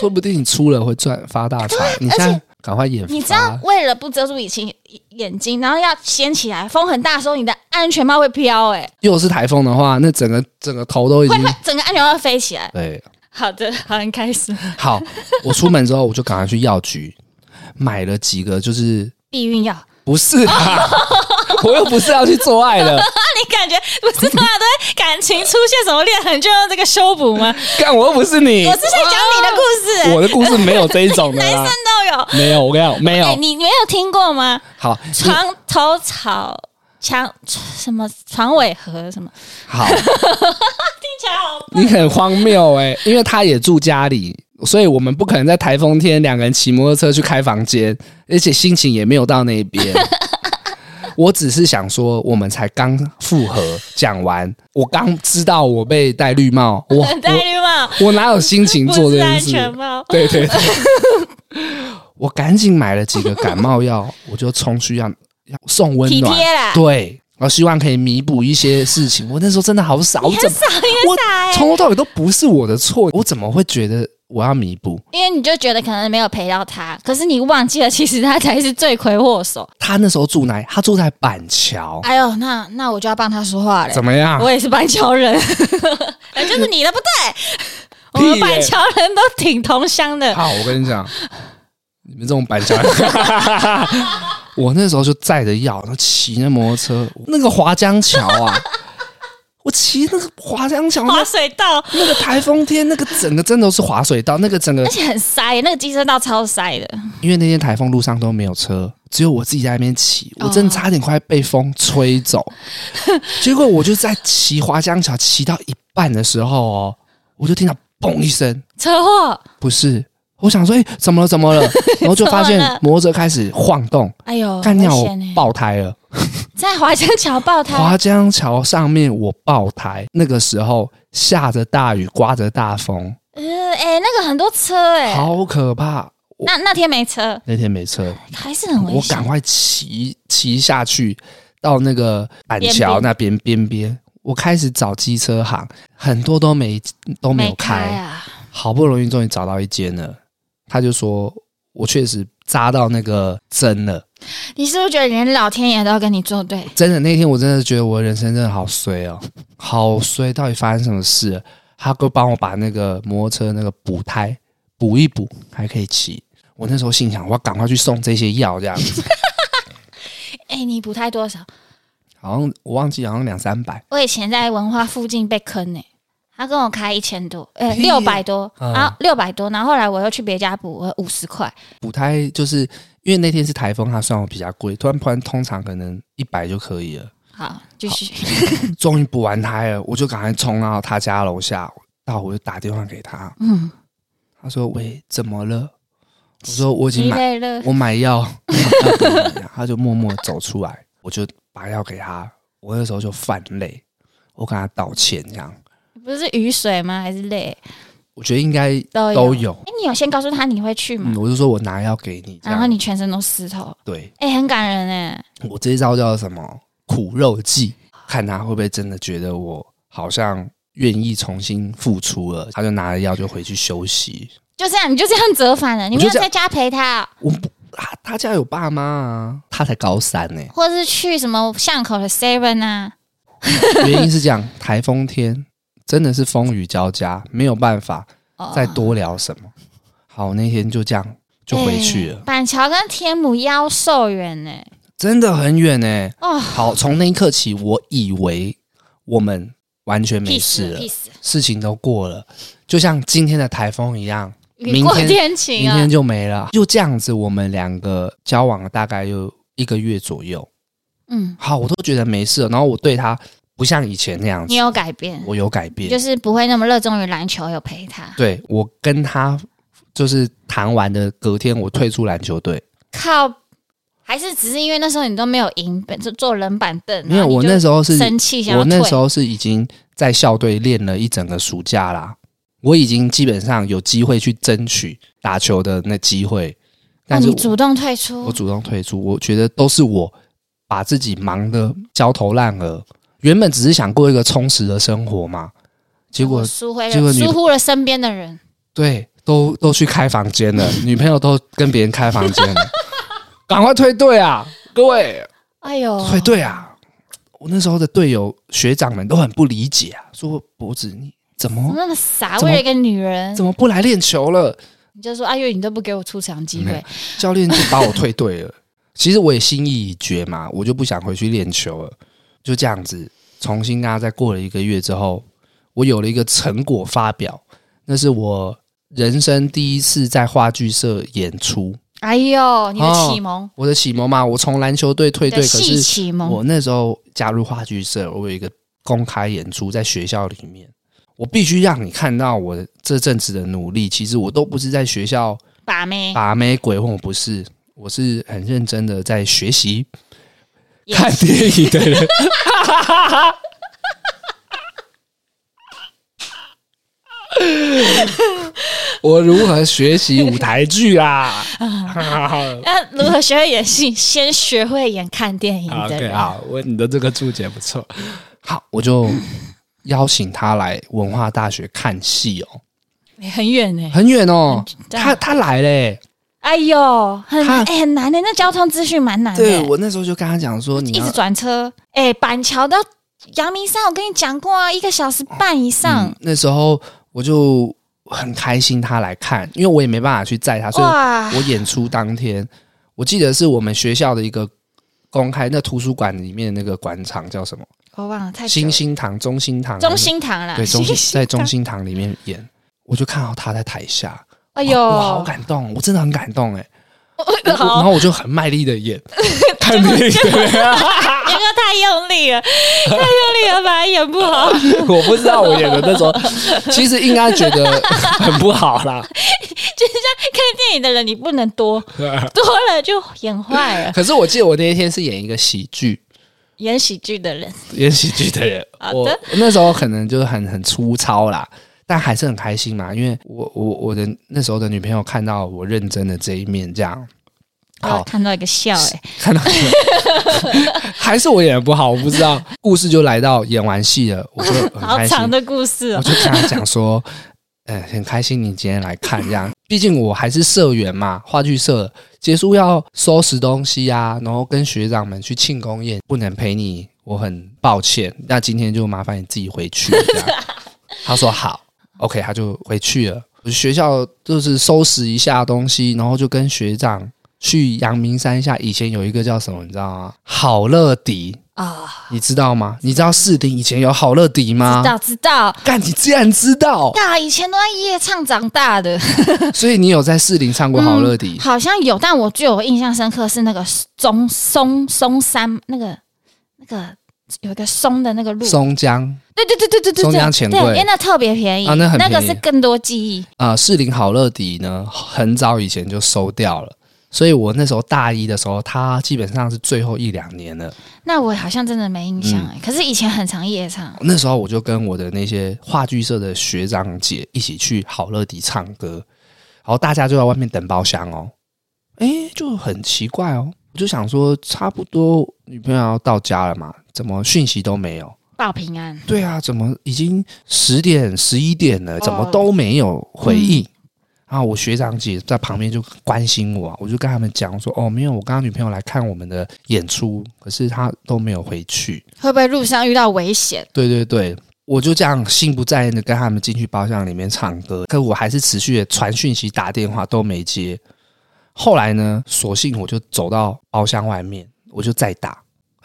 S2: 说不定你出了会赚发大财。你现在赶快研
S1: 你知道
S2: 发，，
S1: 为了不遮住眼睛，眼睛，然后要掀起来，风很大的时候，你的安全帽会飘、欸，
S2: 又是台风的话，那整个整个头都已
S1: 会
S2: 经
S1: 会整个安全帽会飞起来。
S2: 对。
S1: 嗯好 的，好，很开心。
S2: 好，我出门之后我就赶快去药局买了几个，就是
S1: 避孕药，
S2: 不是啦， 我又不是要去做爱的，
S1: 你感觉不是通常都会感情出现什么裂痕就用这个修补吗？
S2: 干我又不是你
S1: 我，是在讲 你的故事、欸，
S2: 我的故事没有这一种的
S1: 男生
S2: 啦，
S1: 都有。
S2: 没有，我跟你讲，没
S1: 哎、
S2: 有。
S1: 你没有听过吗？
S2: 好，
S1: 床头草，墙什么床尾和什么？
S2: 好，
S1: 听起来好
S2: 你很荒谬哎、因为他也住家里，所以我们不可能在台风天两个人骑摩托车去开房间，而且心情也没有到那 边。我只是想说，我们才刚复合，讲完，我刚知道我被戴绿帽，我
S1: 戴绿帽，
S2: 我我哪有心情做
S1: 不
S2: 这
S1: 是
S2: 件
S1: 安
S2: 事？
S1: 全帽。
S2: 对对 对，我赶紧买了几个感冒药，我就冲去要要送温
S1: 体
S2: 暖，
S1: 贴啦
S2: 对，我希望可以弥补一些事情。我那时候真的好傻，我
S1: 你
S2: 怎
S1: 很
S2: 么
S1: 傻，你很傻哎、
S2: 从头到尾都不是我的错，我怎么会觉得我要弥补？
S1: 因为你就觉得可能没有陪到他，可是你忘记了，其实他才是罪魁祸首。
S2: 他那时候住哪里？他住在板桥，
S1: 哎呦，那那我就要帮他说话了。
S2: 怎么样？
S1: 哎我也是板桥人， 哎就是你的不 对。我
S2: 屁耶
S1: 们板桥人都挺同乡的，
S2: 好，我跟你讲，你们这种板桥人， 我那时候就载着药，然后骑那摩托车，那个华江桥啊，我骑那个华 江桥那
S1: 滑水道，
S2: 那个台风天，那个整个真的都是滑水道，那个整个
S1: 而且很塞，那个机车道超塞的。
S2: 因为那天台风路上都没有车，只有我自己在那边骑，我真的差点快被风 吹走。结果我就在骑华江桥，骑到一半的时候哦，我就听到嘣一声，
S1: 车祸，
S2: 不是，我想说，哎、怎么了？怎 么了？然后就发现
S1: 怎么了
S2: 摩托车开始晃动，
S1: 哎呦，
S2: 干掉
S1: 危
S2: 我
S1: 险欸
S2: 爆胎了。
S1: 在华强桥爆胎，
S2: 华江桥上面我爆胎，那个时候下着大雨，刮着大风，
S1: 呃，哎、那个很多车哎、
S2: 好可怕。我
S1: 那那天没车，
S2: 那天没车，
S1: 还是很危
S2: 我
S1: 险
S2: 赶。快骑骑下去到那个板桥那边边边，我开始找机车行，很多都没都没有开，
S1: 啊！
S2: 好不容易终于找到一间了，他就说我确实扎到那个针了，
S1: 你是不是觉得连老天爷都要跟你作对？
S2: 真的那天我真的觉得我人生真的好衰哦，好衰，到底发生什么事了？他给我帮我把那个摩托车那个补胎补一补，还可以骑。我那时候心想，我要赶快去送这些药，这样子，
S1: 哎、你补胎多少？
S2: 好像我忘记好像两三百。
S1: 我以前在文化附近被坑呢、欸他跟我开一千多，呃、
S2: 屁耶
S1: 六百多，
S2: 嗯
S1: 然后六百多，然后后来我又去别家补，我五十块，
S2: 补胎就是因为那天是台风，它算我比较贵，突然不然通常可能一百就可以了。
S1: 好，继续。嗯
S2: 终于补完胎了，我就赶快冲到他家楼下，到我就打电话给他，
S1: 嗯，
S2: 他说：“喂，怎么了？”我说：“我已经
S1: 你
S2: 买，
S1: 累了，
S2: 我 买药。他不理啊”他就默默走出来，我就把药给他。我那时候就犯累，我跟他道歉，这样
S1: 不是雨水吗？还是累？
S2: 我觉得应该
S1: 都
S2: 都
S1: 有。
S2: 有。
S1: 哎、你有先告诉他你会去吗？
S2: 嗯，我就说我拿药给你，这
S1: 然后
S2: 样
S1: 你全身都湿透，
S2: 对。
S1: 哎、很感人哎、
S2: 我这一招叫什么苦肉计，看他会不会真的觉得我好像愿意重新付出了，他就拿了药就回去休息。
S1: 就这样，你就这样折返了，你没有
S2: 我就这样
S1: 在家陪他哦、
S2: 我不，他啊他家有爸妈啊，他才高三呢、
S1: 或是去什么巷口的 Seven 啊，
S2: 原因是这样，台风天真的是风雨交加，没有办法
S1: 哦
S2: 再多聊什么。好，那天就这样就回去了，
S1: 哎板桥跟天母妖兽园呢、
S2: 真的很远呢、
S1: 哦，
S2: 好，从那一刻起，我以为我们完全没
S1: 屁
S2: 事
S1: 事
S2: 了，
S1: 屁事，
S2: 事情都过了，就像今天的台风一样，
S1: 雨过天晴
S2: 明
S1: 啊
S2: 天！就没了。就这样子，我们两个交往了大概有一个月左右，
S1: 嗯，
S2: 好，我都觉得没事了。然后我对他不像以前那样子
S1: 你，有改变，
S2: 我有改变
S1: 就。是不会那么热衷于篮球，有陪他。
S2: 对我跟他就是谈完的隔天，我退出篮球队。
S1: 靠，还是只是因为那时候你都没有赢，本就坐冷板凳。
S2: 没
S1: 嗯
S2: 有，
S1: 然后
S2: 我
S1: 你就
S2: 那时候是
S1: 生气，想要
S2: 我
S1: 退。
S2: 那时候是已经在校队练了一整个暑假啦，我已经基本上有机会去争取打球的那机会，
S1: 哦，
S2: 但是
S1: 你
S2: 我,、
S1: 主动退出，
S2: 主动退出，我觉得都是我把自己忙得焦头烂额，原本只是想过一个充实的生活嘛，结果
S1: 疏忽了，
S2: 结果你
S1: 疏忽了身边的人。
S2: 对，都都去开房间了，女朋友都跟别人开房间了，赶快退队啊，各位！
S1: 哎呦，
S2: 所以对啊，我那时候的队友学长们都很不理解啊，说脖子你怎
S1: 怎么
S2: 么
S1: 那么傻？
S2: 怎么
S1: 为了一个女人
S2: 怎，么不来练球了？
S1: 你就说哎呦，你都不给我出场机
S2: 没
S1: 会
S2: 有，教练就把我退队了。 其实我也心意已决嘛，我就不想回去练球了，就这样子重新跟他再过了一个月之后，我有了一个成果发表，那是我人生第一次在话剧社演出，
S1: 哎呦，你的
S2: 哦
S1: 启蒙，
S2: 我的启蒙嘛，我从篮球队退
S1: 你
S2: 队，
S1: 的
S2: 可
S1: 戏
S2: 是
S1: 启蒙，
S2: 我那时候加入话剧社，我有一个公开演出在学校里面，我必须让你看到我这阵子的努力。其实我都不是在学校
S1: 把妹，
S2: 把妹鬼混，我不是，我是很认真的在学习
S1: 演
S2: 看电影的人。 我如何学习舞台剧啊？
S1: 那如何学会演戏？先学会演看电影
S2: 好
S1: 的
S2: ，OK，
S1: 人，
S2: 好，我你的这个注解不错。好，我就邀请他来文化大学看戏哦，
S1: 哎很远呢。
S2: 很远哦，
S1: 这样
S2: 他他来嘞。
S1: 哎呦，很
S2: 他
S1: 哎很难的，那交通资讯蛮难的。
S2: 对我那时候就跟他讲说，你
S1: 一
S2: 要
S1: 直转车，哎，板桥到阳明山，我跟你讲过啊，一个小时半以上
S2: 嗯。那时候我就很开心他来看，因为我也没办法去载他，所以
S1: 哇，
S2: 我演出当天，我记得是我们学校的一个公开那图书馆里面的那个馆场叫什么？
S1: 我忘了太久
S2: 新
S1: 了。
S2: 兴堂、中心堂、
S1: 中心堂啦，
S2: 对 中心在中
S1: 堂。
S2: 心堂里面演，我就看到他在台下，
S1: 哎
S2: 我好
S1: 呦，
S2: 感动，我真的很感动 哎、我我然
S1: 好，
S2: 后我就很卖力的 演，看啊电影的人，
S1: 你不要太用力 了，太用力了，反而演不好。
S2: 我不知道我演的那时候，其实应该觉得很不好啦。
S1: 看电影的人你不能 多，多了就演坏了。
S2: 可是我记得我那一天是演一个喜剧，
S1: 演喜剧的人，
S2: 演喜剧的人
S1: 好，的
S2: 我我那时候可能就是很很粗糙啦，但还是很开心嘛，因为我我我的那时候的女朋友看到我认真的这一面，这样好
S1: 我哦看到一个笑哎、
S2: 看到 你们还是我演的不好，我不知道。故事就来到演完戏了，我就很
S1: 好
S2: 开心
S1: 长。的故事
S2: 我
S1: 哦。
S2: 就跟他讲说， 嗯，很开心你今天来看这样， 毕竟我还是社员嘛，话剧社结束要收拾东西啊，然后跟学长们去庆功宴，不能陪你，我很抱歉。那今天就麻烦你自己回去。这样 他说好，OK，他就回去了。学校就是收拾一下东西，然后就跟学长去阳明山下。以前有一个叫什么，你知道吗？好乐迪，
S1: 啊、
S2: 你知道吗？你知道士林以前有好乐迪吗？
S1: 知道知道，！
S2: 干，你竟然知道
S1: 大以前都在夜唱长大的，
S2: 嗯所以你有在士林唱过好乐迪？
S1: 好像有，但我最有印象深刻是那个松松松山那个那个有一个松的那个路，
S2: 松江
S1: 对对对对对对，
S2: 松江
S1: 对
S2: 钱
S1: 对，
S2: 柜
S1: 因为那特别便宜，
S2: 啊那很
S1: 个
S2: 便宜
S1: 是更多记忆，
S2: 啊，呃士林好乐迪呢，很早以前就收掉了。所以我那时候大一的时候，它基本上是最后一两年了。
S1: 那我好像真的没印象
S2: 嗯
S1: 哎、可是以前很常夜唱，
S2: 那时候我就跟我的那些话剧社的学长姐一起去好乐迪唱歌，然后大家就在外面等包厢哦。诶，就很奇怪哦，我就想说，差不多女朋友要到家了嘛，怎么讯息都没有？
S1: 报平安，
S2: 对啊，怎么已经十点十一点了，怎么
S1: 哦
S2: 都没有回应？然后我学长姐在旁边就关心我、啊，我就跟他们讲说：“哦，没有，我刚刚女朋友来看我们的演出，可是她都没有回去。
S1: 会不会路上遇到危险？”
S2: 对对对，我就这样心不在焉的跟他们进去包厢里面唱歌，可我还是持续的传讯息、打电话都没接。后来呢，索性我就走到包厢外面，我就再打，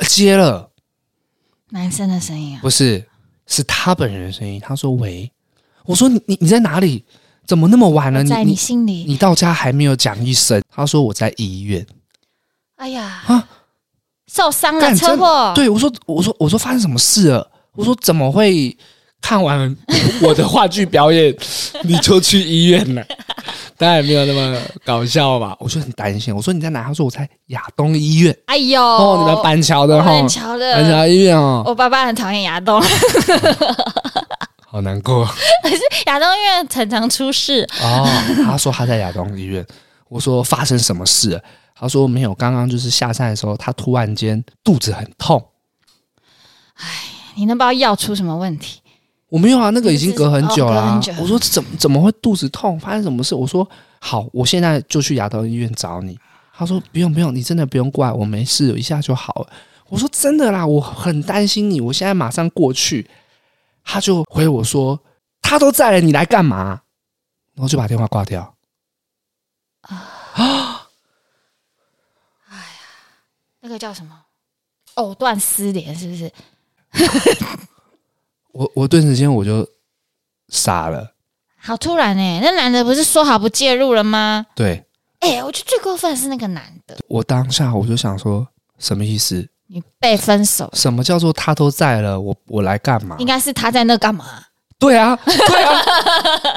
S2: 接了。
S1: 男生的声音啊，
S2: 不是，是他本人的声音。他说：“喂。”我说：“你你你在哪里？怎么那么晚了？你
S1: 在你
S2: 你
S1: 心里，
S2: 你到家还没有讲一声？”他说：“我在医院。
S1: 哎呀，
S2: 啊
S1: 受伤了，
S2: 干
S1: 车祸，
S2: 对，我说，我说，我说发生什么事了？我说怎么会看完我的话剧表演你就去医院了？当然没有那么搞笑吧。我就很担心，我说你在哪？他说我在亚东医院。
S1: 哎呦，
S2: 哦，你们板桥的哈，
S1: 板桥的，
S2: 板桥医院哦，
S1: 我爸爸很讨厌牙 洞，
S2: 好难过
S1: 牙洞因为常常出事，
S2: 哦。他说他在亚东医院，我说发生什么事了？他说没有，刚刚就是下山的时候，他突然间肚子很痛。
S1: 你能把药出什么问题？
S2: 我没有啊，那个已经隔很久了
S1: 哦
S2: 啊、
S1: 隔很久
S2: 我说怎么怎么会肚子痛？发生什么事？我说好，我现在就去亚东医院找你。他说不用不用，你真的不用过来，我没事，一下就好了。我说真的啦，我很担心你，我现在马上过去。他就回我说他都在了，你来干嘛？然后就把电话挂掉。
S1: 那个叫什么？藕断丝连是不是？
S2: 我我顿时间我就傻了，
S1: 好突然哎、那男的不是说好不介入了吗？
S2: 对
S1: 哎、我觉得最过分的是那个男的，
S2: 我当下我就想说什么意思？
S1: 你被分手，
S2: 什么叫做他都在了，我我来干嘛？
S1: 应该是他在那干嘛？
S2: 对啊，对啊，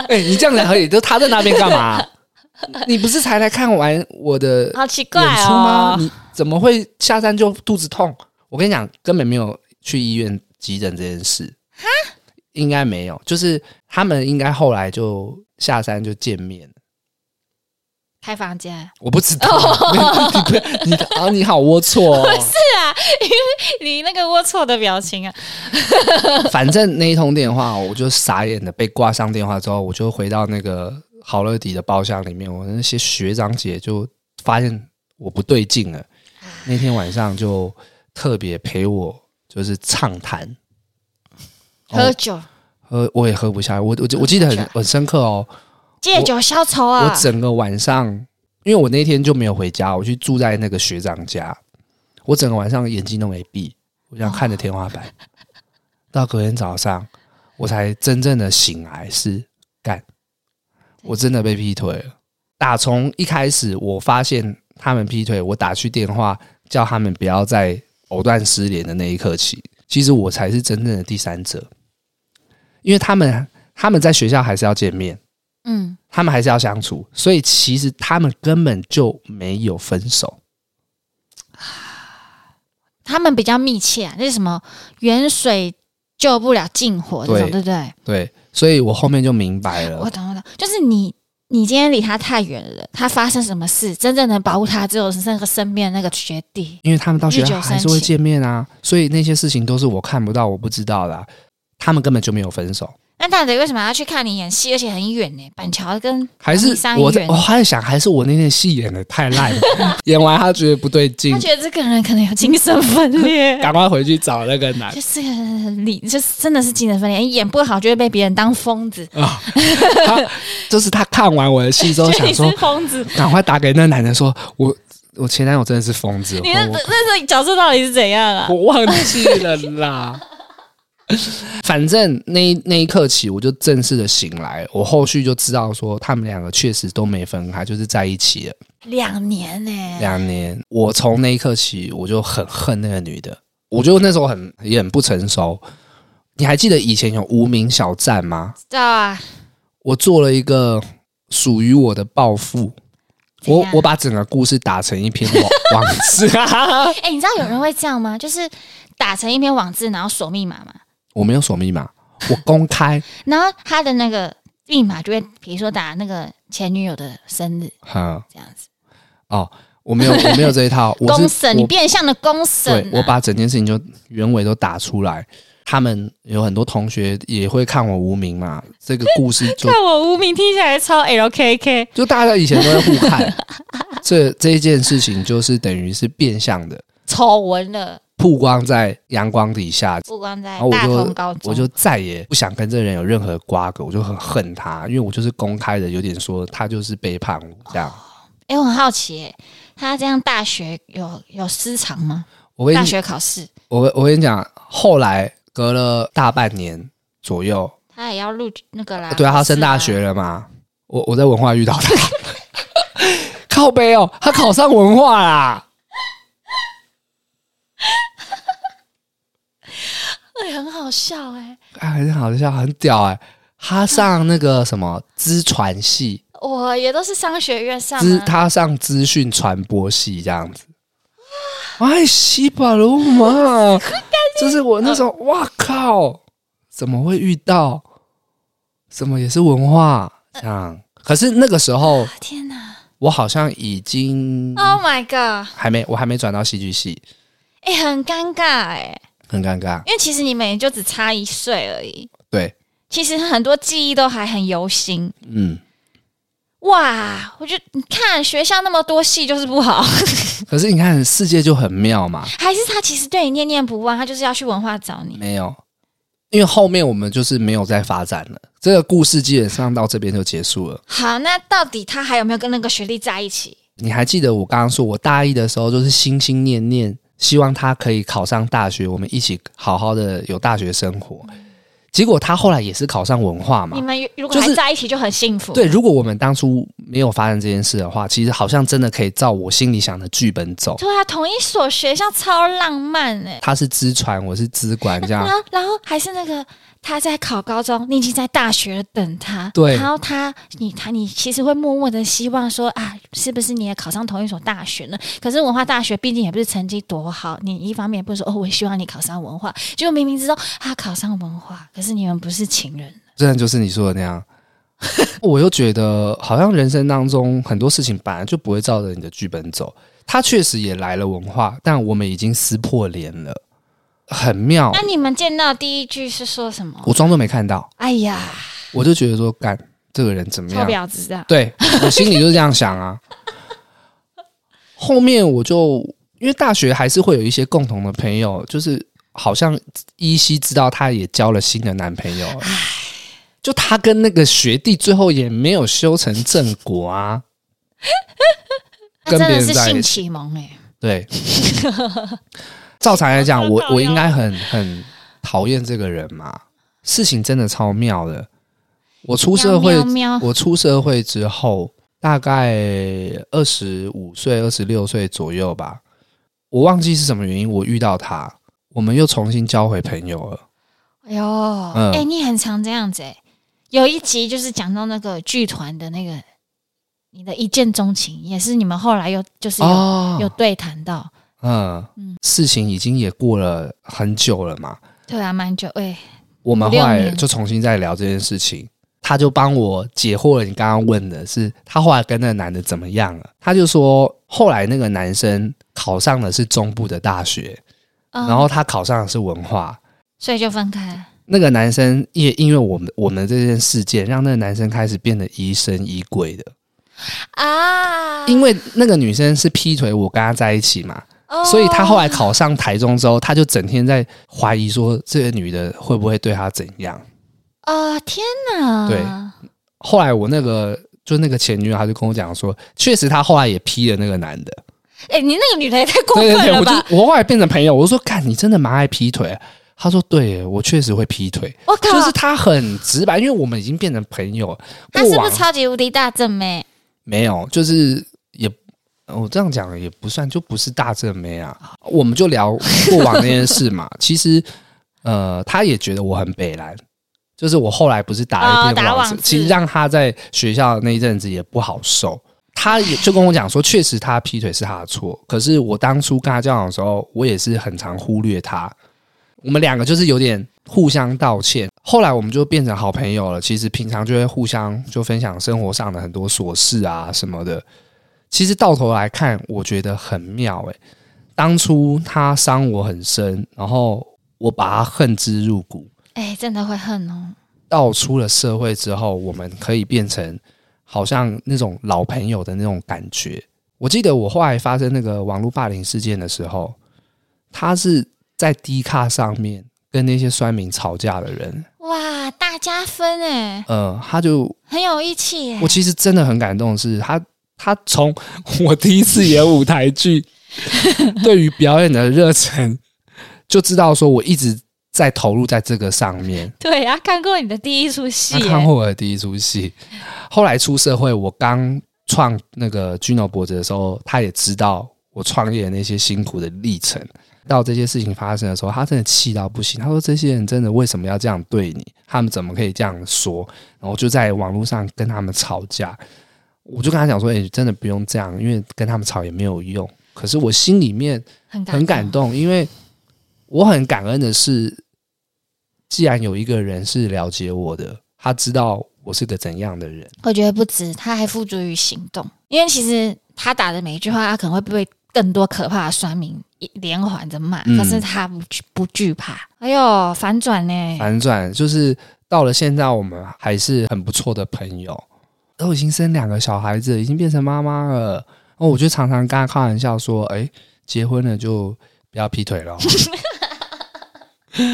S2: 哎、你这样才合理。就他在那边干嘛？ 你不是才来看完我的
S1: 好奇怪
S2: 演出吗？
S1: 哦！
S2: 你怎么会下山就肚子痛？我跟你讲，根本没有去医院急诊这件事。应该没有，就是他们应该后来就下山就见面了。
S1: 开房间，啊
S2: 我不知道，你不要 你啊，你好龌龊、哦。
S1: 你那个龌龊的表情啊！
S2: 反正那一通电话，我就傻眼的被挂上电话之后，我就回到那个好乐迪的包厢里面，我那些学长姐就发现我不对劲了。那天晚上就特别陪我，就是畅谈，哦
S1: 喝酒，
S2: 喝我也喝不下，我我我记得很很深刻哦。
S1: 借酒消愁
S2: 我
S1: 啊！
S2: 整个晚上，因为我那天就没有回家，我去住在那个学长家，我整个晚上眼睛都没闭，我这样看着天花板，到隔天早上我才真正的醒来是，干，我真的被劈腿了。打从一开始我发现他们劈腿，我打去电话叫他们不要再藕断丝连的那一刻起，其实我才是真正的第三者，因为他们他们在学校还是要见面。
S1: 嗯，
S2: 他们还是要相处，所以其实他们根本就没有分手。
S1: 他们比较密切、啊，那是什么远水救不了近火这种，
S2: 对
S1: 对不对？
S2: 对，所以我后面就明白
S1: 我
S2: 了。
S1: 懂，我懂，就是你，你今天离他太远了，他发生什么事，真正能保护他只有是那个身边的那个学弟。
S2: 因为他们到学
S1: 日久
S2: 校
S1: 生
S2: 还是会见面啊，所以那些事情都是我看不到、我不知道的啊、他们根本就没有分手，
S1: 那到底为什么要去看你演戏，而且很远呢、板桥跟
S2: 还
S1: 阳
S2: 是
S1: 明山
S2: 我
S1: 医
S2: 在哦
S1: 院
S2: 我还在想，还是我那天戏演的太烂 了，演完他觉得不对劲
S1: 他，觉得这个人可能有精神分 裂。
S2: 赶快回去找那个男
S1: 就是个人很理，就是真的是精神分裂，演不好就会被别人当疯子，
S2: 啊。他就是他看完我的 戏之后，
S1: 觉得
S2: 想
S1: 你
S2: 说
S1: 是疯子。
S2: 赶快打给那男的说，我我前男友真的是疯子，
S1: 你那
S2: 我
S1: 那是角色到底是怎样啊？
S2: 我忘记了啦。 反正那一那一刻起，我就正式的醒来。我后续就知道说，他们两个确实都没分开，就是在一起了
S1: 两年呢、
S2: 两年。我从那一刻起，我就很恨那个女的。我就那时候很也很不成熟。你还记得以前有无名小站吗？
S1: 知道啊？
S2: 我做了一个属于我的报复。
S1: 怎
S2: 我
S1: 样
S2: 我把整个故事打成一篇网 网志，
S1: 哎、你知道有人会这样吗？就是打成一篇网志，然后锁密码嘛，
S2: 我没有锁密码，我公开。
S1: 然后他的那个密码就会，比如说打那个前女友的生日
S2: 哈、
S1: 这样子。
S2: 哦，我没有，我没有这一套。我是
S1: 公审，你
S2: 我
S1: 变相的公审、啊
S2: 对，我把整件事情就原委都打出来。他们有很多同学也会看我无名嘛，这个故事 就
S1: 看我无名听起来超 LKK，
S2: 就大家以前都会 互看。这这一件事情就是等于是变相的
S1: 丑闻了，
S2: 曝光在阳光底下，
S1: 不光在
S2: 然啊后我
S1: 大同
S2: 就
S1: 高中，
S2: 我就再也不想跟这个人有任何瓜葛，我就很恨他，因为我就是公开的有点说他就是背叛我这样。
S1: 哎、我很好奇、耶他这样大学有有失常吗？
S2: 我跟你
S1: 大学考试
S2: 我跟我跟你讲，后来隔了大半年左右，
S1: 他也要录那个啦，
S2: 对啊，他升大
S1: 考
S2: 学了嘛。我我在文化遇到他， 靠背哦，他考上文化啦。
S1: 哎，很好笑哎、
S2: 啊，很好笑，很屌哎、他上那个什么资传系，
S1: 我也都是商学院上
S2: 资
S1: 的、
S2: 他上啊资讯传播系这样子。哎，西巴鲁 嘛，就是我那时候，哇靠，怎么会遇到？怎么也是文化这样？可是那个时 候，
S1: 天哪
S2: 我好像已经
S1: ！Oh my god！
S2: 还没，我还没转到戏剧系，
S1: 哎、很尴尬哎、
S2: 很尴尬。
S1: 因为其实你们也就只差一岁而已，
S2: 对，
S1: 其实很多记忆都还很犹新。
S2: 嗯。
S1: 哇，我觉得你看学校那么多戏就是不好，
S2: 可是你看，世界就很妙嘛。
S1: 还是他其实对你念念不忘，他就是要去文化找你。
S2: 没有，因为后面我们就是没有再发展了。这个故事基本上到这边就结束了。
S1: 好，那到底他还有没有跟那个学历在一起？
S2: 你还记得我刚刚说，我大一的时候就是心心念念，希望他可以考上大学，我们一起好好的有大学生活。结果他后来也是考上文化
S1: 你
S2: 嘛。
S1: 们如果
S2: 就是
S1: 还在一起就很幸福。
S2: 对，如果我们当初没有发生这件事的话，其实好像真的可以照我心里想的剧本走。
S1: 对啊，同一所学校超浪漫哎、
S2: 他是资传，我是资管，这样
S1: 然后，啊然后还是那个他在考高中，你已经在大学等他。
S2: 对
S1: 然后他，你他，你其实会默默的希望说啊，是不是你也考上同一所大学呢？可是文化大学毕竟也不是成绩多好，你一方面不是说哦，我希望你考上文化，结果明明知道他考上文化，可是你们不是情人。
S2: 真的就是你说的那样。 我又觉得，好像人生当中很多事情本来就不会照着你的剧本走。他确实也来了文化，但我们已经撕破脸了，很妙
S1: 那。你们见到第一句是说什么？
S2: 我装作没看到，
S1: 哎呀，
S2: 我就觉得说，干这个人怎么
S1: 臭
S2: 样？
S1: 婊子啊！
S2: 对我心里就是这样想啊。 后面我就因为大学还是会有一些共同的朋友，就是好像依稀知道她也交了新的男朋友，就她跟那个学弟最后也没有修成正果啊。
S1: 那真的
S2: 跟别
S1: 是
S2: 人在一起
S1: 性启蒙哎、
S2: 对， 照常来讲，我我应该很很讨厌这个人嘛。事情真的超妙的，我出社会
S1: 喵喵喵
S2: 我出社会之后，大概二十五岁、二十六岁左右吧，我忘记是什么原因，我遇到他，我们又重新交回朋友了。
S1: 哎呦，哎、
S2: 嗯
S1: 你很常这样子哎、有一集就是讲到那个剧团的那个你的一见钟情，也是你们后来又就是有、有
S2: 哦，
S1: 对谈到，
S2: 嗯，事情已经也过了很久了嘛，
S1: 对啊，蛮久哎、
S2: 我们
S1: 五
S2: 后
S1: 六
S2: 来
S1: 年
S2: 就重新再聊这件事情，他就帮我解惑了。你刚刚问的是他后来跟那个男的怎么样了？他就说后来那个男生考上的是中部的大学，
S1: 嗯
S2: 然后他考上的是文化。
S1: 所以就分开了。
S2: 那个男生也因为我们我们这件事件，让那个男生开始变得疑神疑鬼的，
S1: 啊，
S2: 因为那个女生是劈腿我跟他在一起嘛，
S1: 哦
S2: 所以他后来考上台中之后，他就整天在怀疑说这个女的会不会对他怎样。
S1: 啊、天哪，
S2: 对后来我那个就那个前女友，她就跟我讲说，确实她后来也劈了那个男的。
S1: 哎、你那个女的也太过
S2: 对
S1: 分
S2: 对对，
S1: 了
S2: 我就
S1: 吧！
S2: 我后来变成朋友，我就说，看你真的蛮爱劈腿。啊她说：“对耶，我确实会劈腿，
S1: 我靠，
S2: 就是她很直白，因为我们已经变成朋友。
S1: 她是
S2: 过
S1: 不
S2: 往
S1: 是超级无敌大正妹？
S2: 没有，就是也呃我这样讲也不算，就不是大正妹啊。我们就聊过往那件事 嘛。其实，呃，她也觉得我很北蓝，就是我后来不是打了一
S1: 哦
S2: 篇
S1: 打
S2: 网
S1: 网
S2: 字，
S1: 字
S2: 其实让她在学校那一阵子也不好受。她也就跟我讲说，确实她劈腿是她的错，可是我当初跟她交往的时候，我也是很常忽略她。我们两个就是有点互相道歉，后来我们就变成好朋友了。其实平常就会互相就分享生活上的很多琐事啊什么的。其实到头来看，我觉得很妙诶、当初他伤我很深，然后我把他恨之入骨。
S1: 哎、真的会恨哦。
S2: 到出了社会之后，我们可以变成好像那种老朋友的那种感觉。我记得我后来发生那个网络霸凌事件的时候，他是在 D 卡上面跟那些酸民吵架的人，
S1: 哇，大加分哎、
S2: 呃，他就
S1: 很有义气哎、
S2: 我其实真的很感动的是，他他从我第一次演舞台剧， 对于表演的热忱，就知道说我一直在投入在这个上面。
S1: 对啊，看过你的第一出戏、
S2: 他
S1: 欸，
S2: 看过我的第一出戏，后来出社会，我刚创那个 Gino 脖子的时候，他也知道我创业的那些辛苦的历程。到这些事情发生的时候，他真的气到不行。他说：“这些人真的为什么要这样对你？他们怎么可以这样说？”然后就在网络上跟他们吵架。我就跟他讲说：“哎、真的不用这样，因为跟他们吵也没有用。”可是我心里面
S1: 很感
S2: 很感
S1: 动，
S2: 动，因为我很感恩的是，既然有一个人是了解我的，他知道我是个怎样的人。
S1: 我觉得不止，他还付诸于行动，因为其实他打的每一句话，他可能会被更多可怕的酸民一连环着骂，
S2: 嗯
S1: 可是他不惧不惧怕。哎呦，反转呢、
S2: 反转就是到了现在，我们还是很不错的朋友，都已经生两个小孩子，已经变成妈妈了。哦，我就常常跟他开玩笑说：“哎、结婚了就不要劈腿了。”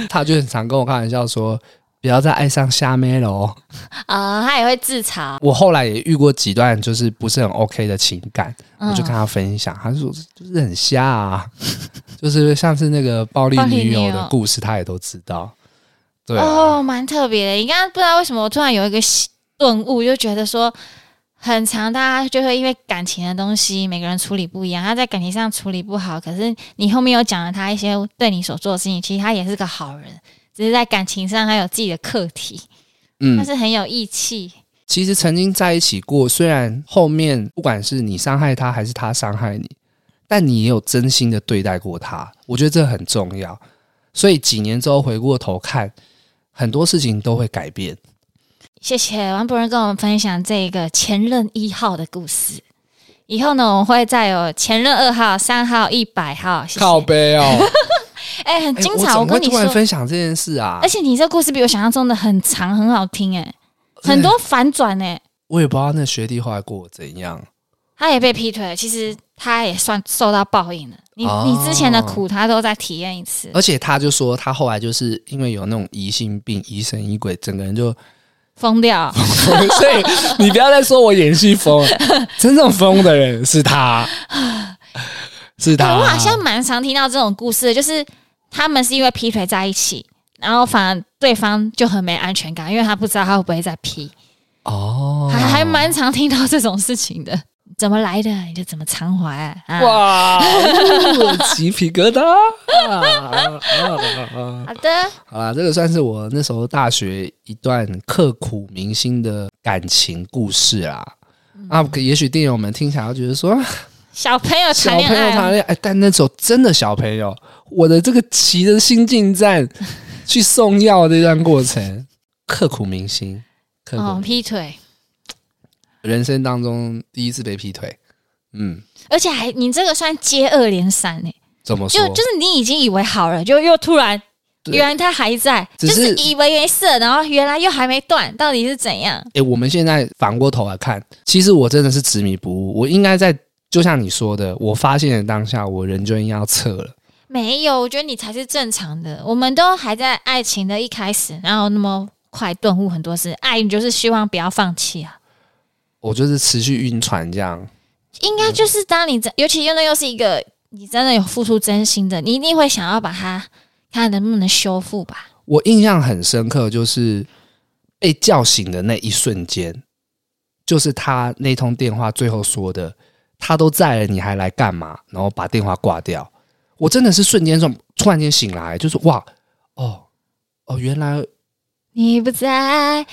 S2: 他就很常跟我开玩笑说：“不要再爱上虾妹了哦。”
S1: 啊、他也会自嘲，
S2: 我后来也遇过几段就是不是很 OK 的情感，
S1: 嗯
S2: 我就跟他分享，他说就是很瞎啊， 就是上次那个暴力女友的故事，他也都知道。对啊、
S1: 哦，蛮特别的。你刚刚不知道为什么，我突然有一个喜顿悟，就觉得说，很长，大家就会因为感情的东西，每个人处理不一样。他在感情上处理不好，可是你后面又讲了他一些对你所做的事情，其实他也是个好人，只是在感情上他有自己的课题，但
S2: 嗯，
S1: 是很有义气。
S2: 其实曾经在一起过，虽然后面不管是你伤害他还是他伤害你，但你也有真心的对待过他，我觉得这很重要。所以几年之后回过头看，很多事情都会改变。
S1: 谢谢王博仁跟我们分享这个前任一号的故事。以后呢，我们会再有前任二号、三号、一百号。谢谢。
S2: 背哦，
S1: 哎、很
S2: 哎
S1: 精
S2: 我
S1: 彩！
S2: 怎
S1: 我
S2: 么会
S1: 跟你
S2: 突
S1: 说
S2: 然，分享这件事啊
S1: 而，且你这故事比我想象中的很长，很好听哎、很多反转哎、
S2: 我也不知道那学弟后来过得怎样。
S1: 他也被劈腿了，其实他也算受到报应了。你、
S2: 哦
S1: 你之前的苦，他都在体验一次。
S2: 而且他就说，他后来就是因为有那种疑心病、疑神疑鬼，整个人就……
S1: 疯掉，
S2: 所以你不要再说我演戏疯了，真正疯的人是他，
S1: 对
S2: 是他。
S1: 我好像蛮常听到这种故事的，就是他们是因为劈腿在一起，然后反而对方就很没安全感，因为他不知道他会不会再劈，
S2: 哦，
S1: 还还蛮常听到这种事情的。怎么来的你就怎么偿还啊！啊
S2: 哇，哦鸡皮疙瘩。啊啊啊啊啊
S1: 好的，
S2: 好啦，这个算是我那时候大学一段刻骨铭心的感情故事啦。啊，可也许电友们听起来会觉得说，
S1: 小朋友
S2: 小
S1: 谈
S2: 朋友
S1: 恋爱
S2: 谈
S1: 啊，
S2: 恋爱，但那时候真的小朋友，我的这个骑着新进站去送药的这段过程，刻骨铭心，刻骨、
S1: 哦，劈腿，哦
S2: 人生当中第一次被劈腿，嗯，
S1: 而且还你这个算接二连三呢、
S2: 怎么
S1: 就
S2: 说？
S1: 就是你已经以为好了，就又突然，
S2: 对
S1: 原来他还在，
S2: 只
S1: 就是是以为没事，然后原来又还没断，到底是怎样？
S2: 诶，哎我们现在反过头来看，其实我真的是执迷不悟，我应该在就像你说的，我发现的当下，我人就应该要撤了。
S1: 没有，我觉得你才是正常的。我们都还在爱情的一开始，然后那么快顿悟很多事，爱你就是希望不要放弃啊。
S2: 我就是持续晕船这样，
S1: 应该就是当你真，尤其又那又是一个你真的有付出真心的，你一定会想要把它看能不能修复吧。
S2: 我印象很深刻，就是被叫醒的那一瞬间，就是他那通电话最后说的，他都在了，你还来干嘛？然后把电话挂掉。我真的是瞬间从突然间醒来，就是哇，哦哦，原来
S1: 你不在，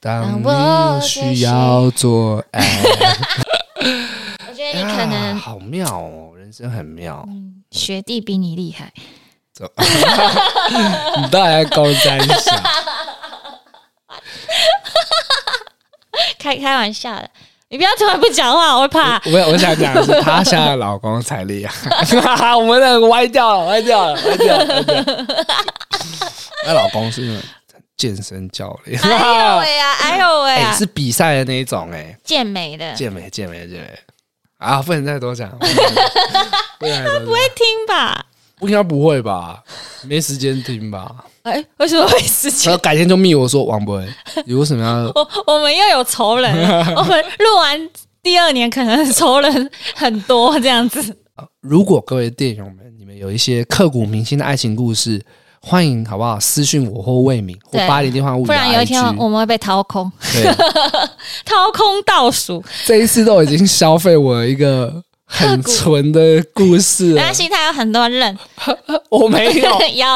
S2: 当
S1: 当
S2: 你
S1: 我
S2: 有
S1: 的心
S2: 需要做爱，
S1: 我觉得你 可能、
S2: 啊好妙哦，人生很妙。
S1: 嗯学弟比你厉害。
S2: 怎么你到底在高三下？
S1: 开开玩笑的，你不要突然不讲话，我会怕。
S2: 我我想讲的是，她现在的老公啊才厉害， 我们那个歪掉了，歪掉了，歪掉了，歪掉了。 那老公是健身教练，
S1: 哎呦喂啊！哎呦喂
S2: 哎、
S1: 啊！
S2: 是比赛的那一种、
S1: 健美的
S2: 哎，，健美，健美，健美。啊，不能再 多讲，不能再多讲不能再多讲
S1: 会听吧？
S2: 应该不会吧？没时间听 吧？
S1: 哎，为什么会失去
S2: 然？后改天就密我说王博，你为什么要？
S1: 我我们又有仇人 了，我们录完第二年可能仇人很多这样子。
S2: 如果各位电友们，你们有一些刻骨铭心的爱情故事，欢迎好不好？私讯我或魏敏或
S1: 对
S2: 八零电话物语
S1: 不
S2: 的 IG。
S1: 然有一天我们会被掏空，
S2: 对，
S1: 掏空倒数。
S2: 这一次都已经消费我一个很纯的故事
S1: 没
S2: 了
S1: 关。系，他有很多人，
S2: 哎我没有，
S1: 有，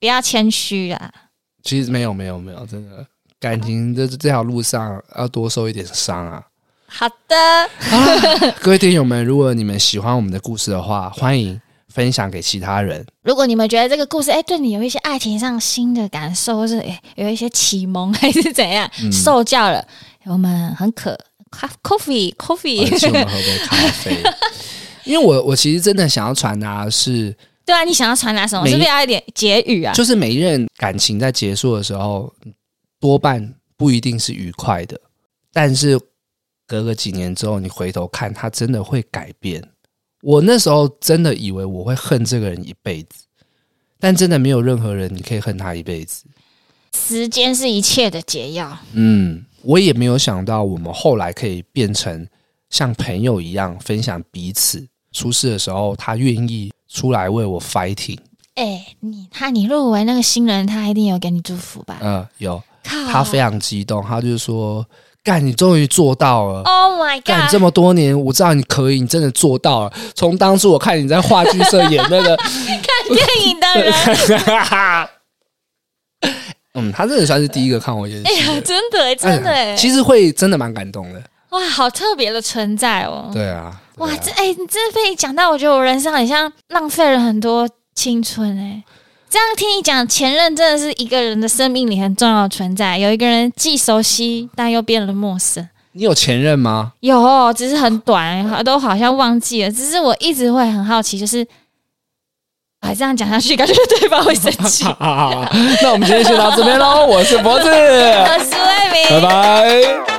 S1: 不要谦虚啦。
S2: 其实没有，没有，没有，真的，感情这这条路上要多受一点伤啊。
S1: 好的，
S2: 各位听友们，如果你们喜欢我们的故事的话，欢迎分享给其他人。
S1: 如果你们觉得这个故事，哎、对你有一些爱情上新的感受，或是、哎有一些启蒙，还是怎样、
S2: 嗯
S1: 受教了，我们很渴，coffee
S2: 呃
S1: coffee，、
S2: 请我们喝杯咖啡。 因为我我其实真的想要传达的是，
S1: 对啊，你想要传达什么？
S2: 每一
S1: 是不是要一点结语啊？
S2: 就是每一任感情在结束的时候，多半不一定是愉快的，但是隔个几年之后，你回头看，它真的会改变。我那时候真的以为我会恨这个人一辈子，但真的没有任何人你可以恨他一辈子。
S1: 时间是一切的解药，
S2: 嗯，我也没有想到我们后来可以变成像朋友一样分享彼此。出事的时候，他愿意出来为我 fighting。
S1: 哎、你他你入围那个新人，他一定有给你祝福吧？
S2: 嗯、有
S1: 靠，
S2: 他非常激动，他就说：“干，你终于做到了！
S1: ，Oh my
S2: 干这
S1: God，
S2: 么多年，我知道你可以，你真的做到了。从当初我看你在话剧社演 那个，
S1: 看 电影的人， 啊
S2: 嗯，他真的算是第一个看我演
S1: 哎
S2: 戏。
S1: 呀，真的、哎真的、哎
S2: 哎其实会真的蛮感动的。
S1: 哇，好特别的存在哦。
S2: 对啊，对
S1: 哇，
S2: 啊
S1: 这哎、你真的被你讲到，我觉得我人生好像浪费了很多青春哎、这样听你讲，前任真的是一个人的生命里很重要的存在。有一个人既熟悉，但又变得陌生。
S2: 你有前任吗？。
S1: 有，哦只是很短，都好像忘记了。只是我一直会很好奇，就是，哎，这样讲下去，感觉对方会生气
S2: 好，那我们今天先到这边喽。我是脖子，
S1: 我是魏明
S2: 拜。拜。